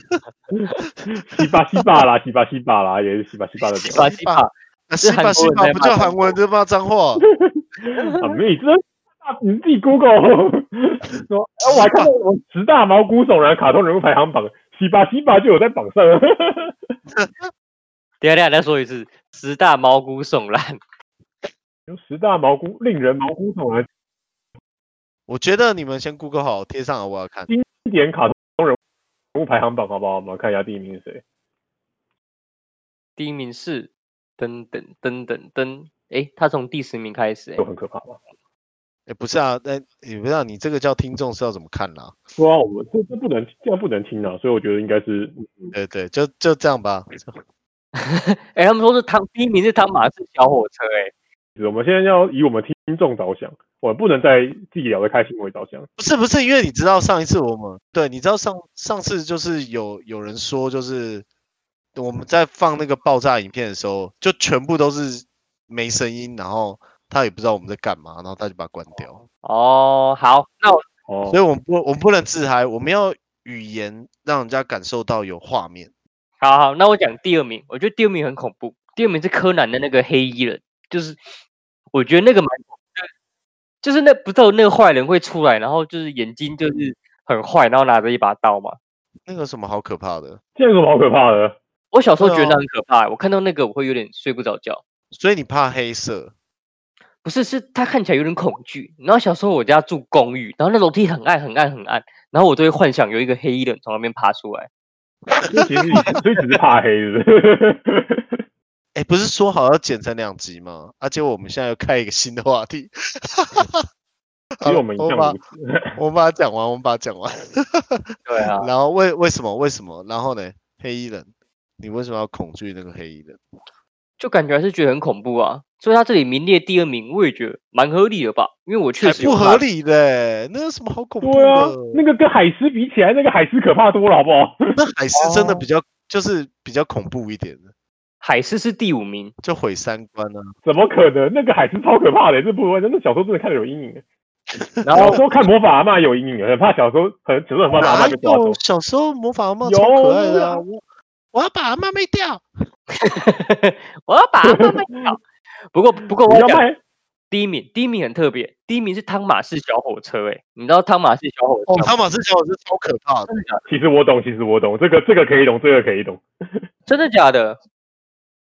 Speaker 2: 西巴西巴啦，西巴西巴啦，也是西巴西巴的
Speaker 4: 洗
Speaker 2: 表
Speaker 4: 把
Speaker 1: 洗
Speaker 4: 洗
Speaker 1: 把
Speaker 4: 把，
Speaker 1: 西巴西巴不就韩国人在骂脏话？
Speaker 2: 啊，没有，这啊你自己 Google 说，哎、我还看到我十大毛骨悚然卡通人物排行榜，西巴西巴就有在榜上，
Speaker 4: 等一下等一下再说一次，十大毛骨悚然。
Speaker 2: 有十大毛骨令人毛骨悚然
Speaker 1: 我觉得你们先 Google 好贴上来，我要看。
Speaker 2: 经典卡通人物排行榜，好不好？我们看一下第一名是谁。
Speaker 4: 第一名是噔噔噔噔噔，诶，他从第十名开始、诶
Speaker 2: 都很可怕吧？
Speaker 1: 哎，不是啊，那也不知道你这个叫听众是要怎么看啦？
Speaker 2: 说啊，我们这这不能这样不能听啊，所以我觉得应该是
Speaker 1: 对对，就就这样吧。
Speaker 4: 诶，他们说是汤第一名是汤马士小火车、诶，
Speaker 2: 我们现在要以我们听众着想，我不能再自己聊得开心为着想。
Speaker 1: 不是不是，因为你知道上一次我们对，你知道上上次就是有有人说，就是我们在放那个爆炸影片的时候，就全部都是没声音，然后他也不知道我们在干嘛，然后他就把它关掉。
Speaker 4: 哦，好，那我
Speaker 2: 哦
Speaker 1: 所以，我们不我们不能自嗨，我们要语言让人家感受到有画面。
Speaker 4: 好好，那我讲第二名，我觉得第二名很恐怖。第二名是柯南的那个黑衣人，就是我觉得那个蛮恐怖的，就是那不知道那个坏人会出来，然后就是眼睛就是很坏，然后拿着一把刀嘛。
Speaker 1: 那个什么好可怕的，
Speaker 2: 这有什么好可怕的？
Speaker 4: 我小时候觉
Speaker 1: 对
Speaker 4: 得那
Speaker 1: 啊
Speaker 4: 很可怕、欸我看到那个我会有点睡不着觉。
Speaker 1: 所以你怕黑色，
Speaker 4: 不是，是他看起来有点恐惧。然后小时候我家住公寓，然后那楼梯很暗很暗很暗，然后我都会幻想有一个黑衣人从那边爬出来。
Speaker 2: 所以其实所以只是怕黑是不 是
Speaker 1: 哎，不是说好要剪成两集吗？而、且我们现在要开一个新的话题，
Speaker 2: 其实我们一
Speaker 1: 好
Speaker 2: 向
Speaker 1: 吧
Speaker 2: 如此。
Speaker 1: 我们把它讲完，我们把它讲完。
Speaker 4: 对啊，
Speaker 1: 然后为为什么为什么？然后呢？黑衣人，你为什么要恐惧那个黑衣人？
Speaker 4: 就感觉还是觉得很恐怖啊。所以它这里名列第二名，我也觉得蛮合理的吧，因为我确
Speaker 1: 太
Speaker 4: 实有
Speaker 1: 不
Speaker 4: 看
Speaker 1: 合，理嘞，那有什么好恐怖
Speaker 2: 对啊
Speaker 1: 的？，
Speaker 2: 那个跟海狮比起来，那个海狮可怕多了，好不好？
Speaker 1: 那海狮真的
Speaker 4: 哦
Speaker 1: 比较就是比较恐怖一点的，
Speaker 4: 海狮是第五名，
Speaker 1: 就毁三观啊。
Speaker 2: 怎么可能？那个海狮超可怕的，这不会，那小时候真的看得有阴影。小
Speaker 4: 然后
Speaker 2: 时候看魔法阿嬷有阴影，很怕小时候很小时候很怕把阿
Speaker 1: 哪
Speaker 2: 嬷被抓走
Speaker 1: 有。啊小时候魔法阿嬷超可爱的啊！
Speaker 2: 有
Speaker 1: 我我要把阿嬷卖掉，
Speaker 4: 哦我要把它慢慢讲。不过不过我
Speaker 2: 你要
Speaker 4: 讲
Speaker 2: 卖
Speaker 4: 第一名，第一名很特别，第一名是汤马士小火车、欸，你知道汤马士小火
Speaker 1: 哦，
Speaker 4: 车吗？
Speaker 1: 汤马斯小火车超可怕的，
Speaker 4: 真的假的？
Speaker 2: 其实我懂，其实我懂，这个这个可以懂，这个可以懂。
Speaker 4: 真的假的？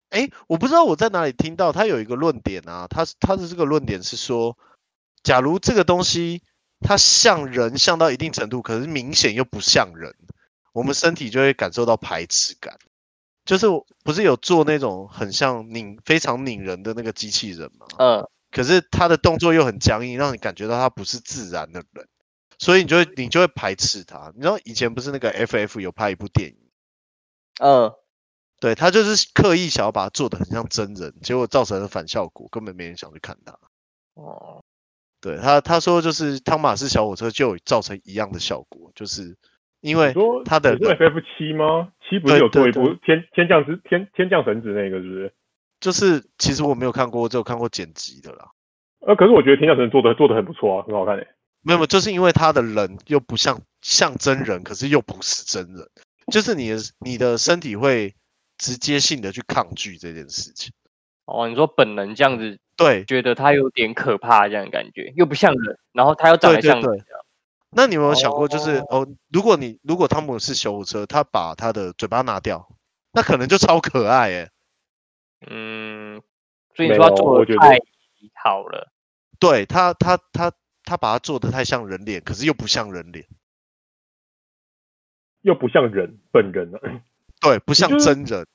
Speaker 1: 哎，我不知道我在哪里听到他有一个论点啊，他他的这个论点是说，假如这个东西它像人像到一定程度，可是明显又不像人，我们身体就会感受到排斥感。就是我不是有做那种很像拧非常拧人的那个机器人吗？
Speaker 4: 嗯，
Speaker 1: 可是他的动作又很僵硬，让你感觉到他不是自然的人，所以你就会你就会排斥他。你知道以前不是那个 FF 有拍一部电影，
Speaker 4: 嗯，
Speaker 1: 对他就是刻意想要把它做的很像真人，结果造成了反效果，根本没人想去看他。
Speaker 4: 哦，
Speaker 1: 对他他说就是汤马士小火车就有造成一样的效果，就是因为
Speaker 2: 你说
Speaker 1: 他的
Speaker 2: 你说
Speaker 1: 人
Speaker 2: FF 七吗？七不是
Speaker 1: 对
Speaker 2: 有做
Speaker 1: 对
Speaker 2: 一部天天降之天天降神子那个是不是？
Speaker 1: 就是其实我没有看过，我只有看过剪辑的啦。
Speaker 2: 呃，可是我觉得天降神子做的做的很不错啊，很好看诶。
Speaker 1: 没有，没有就是因为他的人又不像像真人，可是又不是真人，就是你的你的身体会直接性的去抗拒这件事情。
Speaker 4: 哦，你说本人这样子
Speaker 1: 对，
Speaker 4: 觉得他有点可怕，这样的感觉又不像人，然后他又长
Speaker 1: 对
Speaker 4: 得
Speaker 1: 对
Speaker 4: 像人
Speaker 1: 对
Speaker 4: 这样
Speaker 1: 那你有没有想过，就是哦如果你如果汤姆是小火车，他把他的嘴巴拿掉，那可能就超可爱诶。
Speaker 4: 嗯，所以你
Speaker 2: 没
Speaker 4: 说他
Speaker 2: 有
Speaker 4: 做
Speaker 2: 我
Speaker 4: 的
Speaker 2: 觉得
Speaker 4: 太好了，
Speaker 1: 对他，他他他把它做的太像人脸，可是又不像人脸，
Speaker 2: 又不像人本人啊。
Speaker 1: 对，不像
Speaker 2: 就是
Speaker 1: 真人。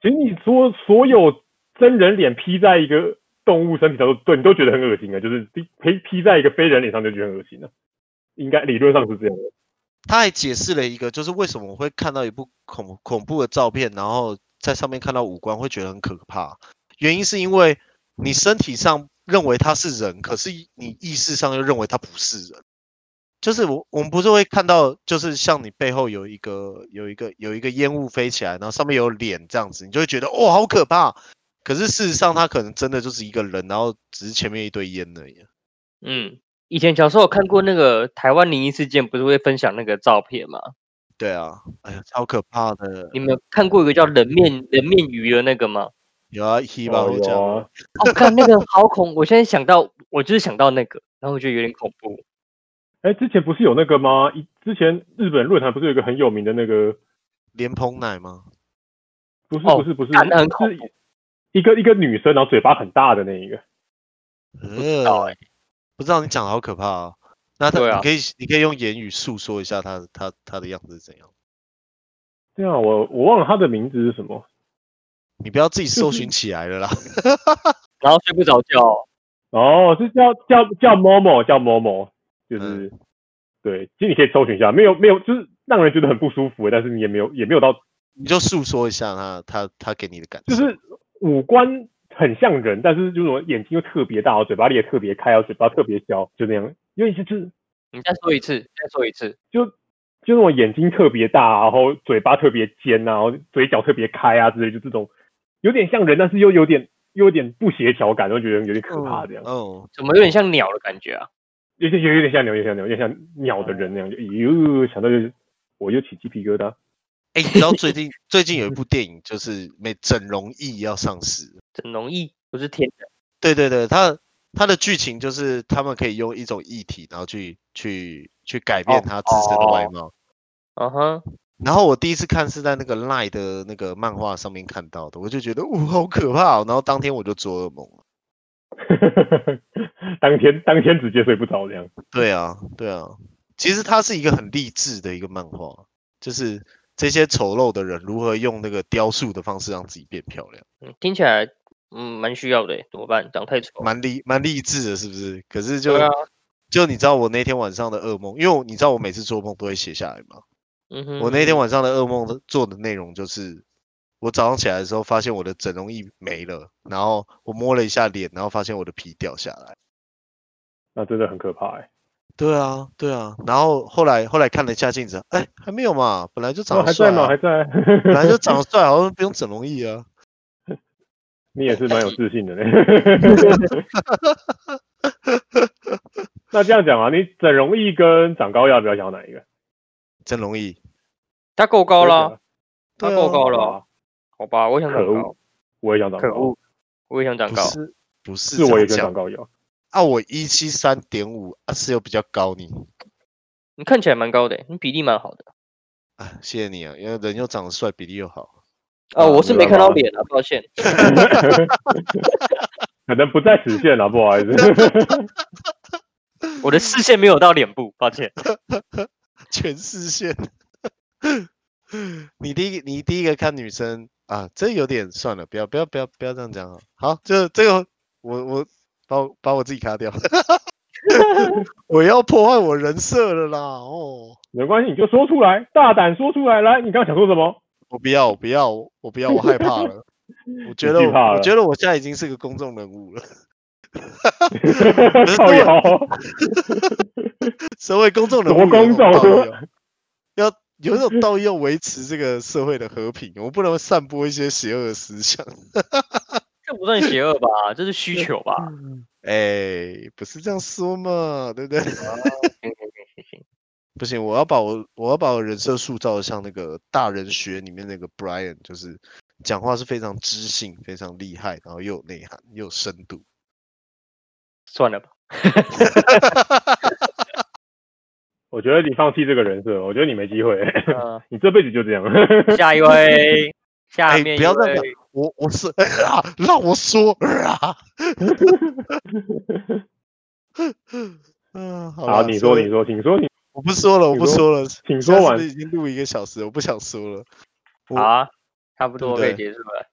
Speaker 2: 其实你说所有真人脸披在一个动物身体上都，对你都觉得很恶心啊，就是披披披在一个非人脸上就觉得很恶心了、应该理论上是这样的，
Speaker 1: 他还解释了一个，就是为什么我会看到一部恐恐怖的照片，然后在上面看到五官会觉得很可怕，原因是因为你身体上认为他是人，可是你意识上又认为他不是人。就是我我们不是会看到，就是像你背后有一个有一个有一个烟雾飞起来，然后上面有脸这样子，你就会觉得哦好可怕。可是事实上，他可能真的就是一个人，然后只是前面一堆烟而已。啊
Speaker 4: 嗯。以前小时候有看过那个台湾灵异事件，不是会分享那个照片吗？
Speaker 1: 对啊，哎呀，超可怕的。
Speaker 4: 你们有看过一个叫人面人面鱼的那个吗？
Speaker 1: 有啊，一吧，我
Speaker 2: 哦
Speaker 1: 讲
Speaker 2: 有
Speaker 1: 了。
Speaker 2: 啊，
Speaker 4: 哦，看那个好恐，我现在想到，我就是想到那个，然后我觉得有点恐怖。
Speaker 2: 哎，之前不是有那个吗？一之前日本论坛不是有一个很有名的那个，
Speaker 1: 莲蓬奶吗？
Speaker 2: 不是
Speaker 4: 哦
Speaker 2: 不是不是，
Speaker 4: 干那很恐
Speaker 2: 是一个一个女生，然后嘴巴很大的那一个，呃
Speaker 1: 不
Speaker 4: 知道欸
Speaker 1: 不知道你讲的好可怕哦。那他、
Speaker 4: 对啊
Speaker 1: 你可以你可以用言语诉说一下他他他的样子是怎样？
Speaker 2: 对啊，我我忘了她的名字是什么，
Speaker 1: 你不要自己搜
Speaker 2: 是
Speaker 1: 寻起来 了啦。
Speaker 4: 然后睡不着觉哦，
Speaker 2: 哦，是叫叫叫某某叫某某，就是、对，其实你可以搜寻一下，没有没有，就是让人觉得很不舒服，但是你也没有也没有到
Speaker 1: 你就诉说一下他他他给你的感受。
Speaker 2: 就是五官很像人，但是就是我眼睛又特别大，嘴巴裂特别开，然后嘴巴特别小，就那样，因为就是
Speaker 4: 你再说一次，再说一次，
Speaker 2: 就就那种眼睛特别大，然后嘴巴特别尖啊，然后嘴角特别开啊之类，就这种有点像人，但是又有点又有点不协调感，然后觉得有点可怕这样，
Speaker 1: 哦，
Speaker 4: 怎么有点像鸟的感觉啊？
Speaker 2: 有点有有点像鸟，有点像鸟，有点像鸟的人那样，就哟想到就我又起鸡皮疙瘩。
Speaker 1: 哎、你知道最近 最近有一部电影就是《美整容艺》要上市了。
Speaker 4: 整容易不是天的，
Speaker 1: 对对对，它它的剧情就是他们可以用一种议题，然后去去去改变
Speaker 4: 哦
Speaker 1: 他自身的外貌。
Speaker 4: 嗯哼，
Speaker 1: 然后我第一次看是在那个 Line 的那个漫画上面看到的，我就觉得哇、好可怕、哦！然后当天我就做噩梦了。
Speaker 2: 当天 当天直接睡不着这样，
Speaker 1: 对啊，对啊，其实它是一个很励志的一个漫画，就是这些丑陋的人如何用那个雕塑的方式让自己变漂亮，
Speaker 4: 嗯听起来嗯蛮需要的耶，怎么办？长太丑，
Speaker 1: 蛮励蛮励志的，是不是？可是就、
Speaker 4: 哦对啊，
Speaker 1: 就你知道我那天晚上的噩梦，因为我你知道我每次做梦都会写下来嘛，
Speaker 4: 嗯哼，
Speaker 1: 我那天晚上的噩梦的做的内容就是我早上起来的时候发现我的整容液没了，然后我摸了一下脸，然后发现我的皮掉下来。
Speaker 2: 那真的很可怕哎、
Speaker 1: 对啊，对啊，然后后来后来看了一下镜子，哎，还没有嘛，本来就长
Speaker 2: 哦，还
Speaker 1: 得帅、
Speaker 2: 在
Speaker 1: 啊
Speaker 2: 吗？还在。
Speaker 1: 本来就长得帅，好像不用整容液啊。
Speaker 2: 你也是蛮有自信的嘞。 那这样讲啊，你整容液跟长高要比较想要哪一个？
Speaker 1: 整容液，
Speaker 3: 他够高啦，他
Speaker 1: 对啊
Speaker 3: 够高了，好吧，我想长
Speaker 2: 可恶
Speaker 3: 高，
Speaker 2: 我也想长
Speaker 3: 可
Speaker 2: 高，
Speaker 3: 恶，我也想长
Speaker 1: 不
Speaker 3: 高，
Speaker 1: 是不是
Speaker 2: 是我也
Speaker 1: 这
Speaker 2: 跟
Speaker 1: 样
Speaker 2: 长
Speaker 1: 讲
Speaker 2: 高一 样。
Speaker 1: 啊，我一七三点五啊，是有比较高你。
Speaker 3: 你看起来蛮
Speaker 4: 欸
Speaker 3: 高的，你比例蛮好的。
Speaker 1: 啊，谢谢你啊，因为人又长得帅，比例又好。
Speaker 3: 哦，
Speaker 2: 啊
Speaker 3: 我是
Speaker 2: 没
Speaker 3: 没看
Speaker 2: 办
Speaker 3: 到
Speaker 2: 法
Speaker 3: 脸啊，抱歉。
Speaker 2: 可能不在此限啊，不好意思。
Speaker 3: 我的视线没有到脸部，抱歉。
Speaker 1: 全视线。 你第一个，你第一个看女生啊，这有点算了，不要不要不要不要这样讲啊。好，就这个我我把我把我自己卡掉， 我要破坏我人设了啦哦。
Speaker 2: 没关系，你就说出来，大胆说出来。来，你刚刚想说什么？
Speaker 1: 我不要，我不要，我不要，我害怕了。我觉得我，
Speaker 2: 你惧怕
Speaker 1: 我
Speaker 2: 了
Speaker 1: 觉得我现在已经是个公众人物了。
Speaker 2: 靠腰，
Speaker 1: 身为公众人物
Speaker 2: 什么
Speaker 1: 有一种
Speaker 2: 公众
Speaker 1: 道义哦，要有一种道义要维持这个社会的和平，我们不能散播一些邪恶的思想。
Speaker 3: 这不算邪恶吧？这是需求 吧？
Speaker 1: 哎，不是这样说嘛，对不 对？
Speaker 3: 行行行行行，
Speaker 1: 不行，我要把我我要把我人设塑造的像那个《大人学》里面那个 Brian，就是讲话是非常知性、非常厉害，然后又有内涵、又有深度。
Speaker 3: 算了吧。
Speaker 2: 我觉得你放弃这个人设，我觉得你没机会，
Speaker 3: 嗯，
Speaker 2: 你这辈子就这样。
Speaker 3: 下一位，下
Speaker 1: 哎
Speaker 3: 面
Speaker 1: 不
Speaker 3: 一
Speaker 1: 要再讲
Speaker 3: 位
Speaker 1: 我我是、 啊，让我说啊， 嗯，好
Speaker 2: 好，
Speaker 1: 啦
Speaker 2: 你说，
Speaker 1: 了
Speaker 2: 你说，请说，你
Speaker 1: 我不说了，我
Speaker 2: 你
Speaker 1: 不
Speaker 2: 说
Speaker 1: 说了，
Speaker 2: 请
Speaker 1: 现
Speaker 2: 说
Speaker 1: 在
Speaker 2: 完
Speaker 1: 是不是已经录一个小时了，我不想说了。我
Speaker 3: 好啊，差不
Speaker 1: 对
Speaker 3: 多
Speaker 1: 不
Speaker 3: 可以
Speaker 1: 对
Speaker 3: 结束了。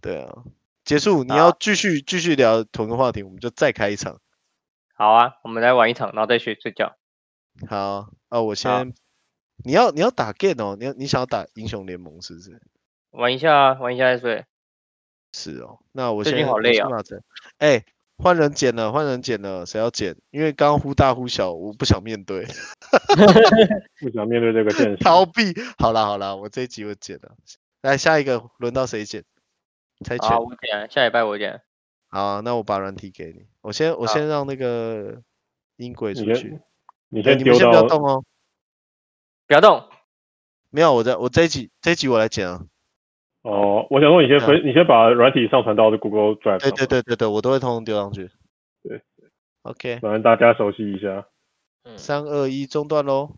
Speaker 1: 对啊，结束，你
Speaker 3: 好
Speaker 1: 要继续继续聊同个话题，我们就再开一场。
Speaker 3: 好啊，我们来玩一场，然后再去睡觉。
Speaker 1: 好啊，我先，你要你要打 game 哦，你要你想要打英雄联盟是不是？
Speaker 3: 玩一下啊，玩一下再睡。
Speaker 1: 是哦，那我
Speaker 3: 最近
Speaker 1: 先
Speaker 3: 好累啊
Speaker 1: 啊。哎，换人剪了，换人剪了，谁要剪？因为刚刚忽大忽小，我不想面对，
Speaker 2: 不想面对这个现实。
Speaker 1: 逃避。好啦好啦，我这一集我剪了。来下一个轮到谁剪？猜拳
Speaker 3: 好啊，。我剪，下礼拜我剪。
Speaker 1: 好啊，那我把软体给你。我先我
Speaker 3: 好
Speaker 1: 先让那个音轨出
Speaker 2: 你先
Speaker 1: 去。
Speaker 2: 你
Speaker 1: 哎
Speaker 2: 先
Speaker 1: 你们
Speaker 2: 丢
Speaker 1: 先不
Speaker 2: 到
Speaker 1: 要动哦。
Speaker 3: 不要动，
Speaker 1: 没有，我在我这一集这一集我来剪啊。
Speaker 2: 哦，我想说你先分，你先把软体上传到 Google
Speaker 1: 嗯
Speaker 2: Drive
Speaker 1: 对
Speaker 2: 上，
Speaker 1: 对，对对对，我都会通通丢上去。
Speaker 2: 对
Speaker 1: ，OK，
Speaker 2: 反正大家熟悉一下。
Speaker 3: 嗯，
Speaker 1: 三二一，中断喽。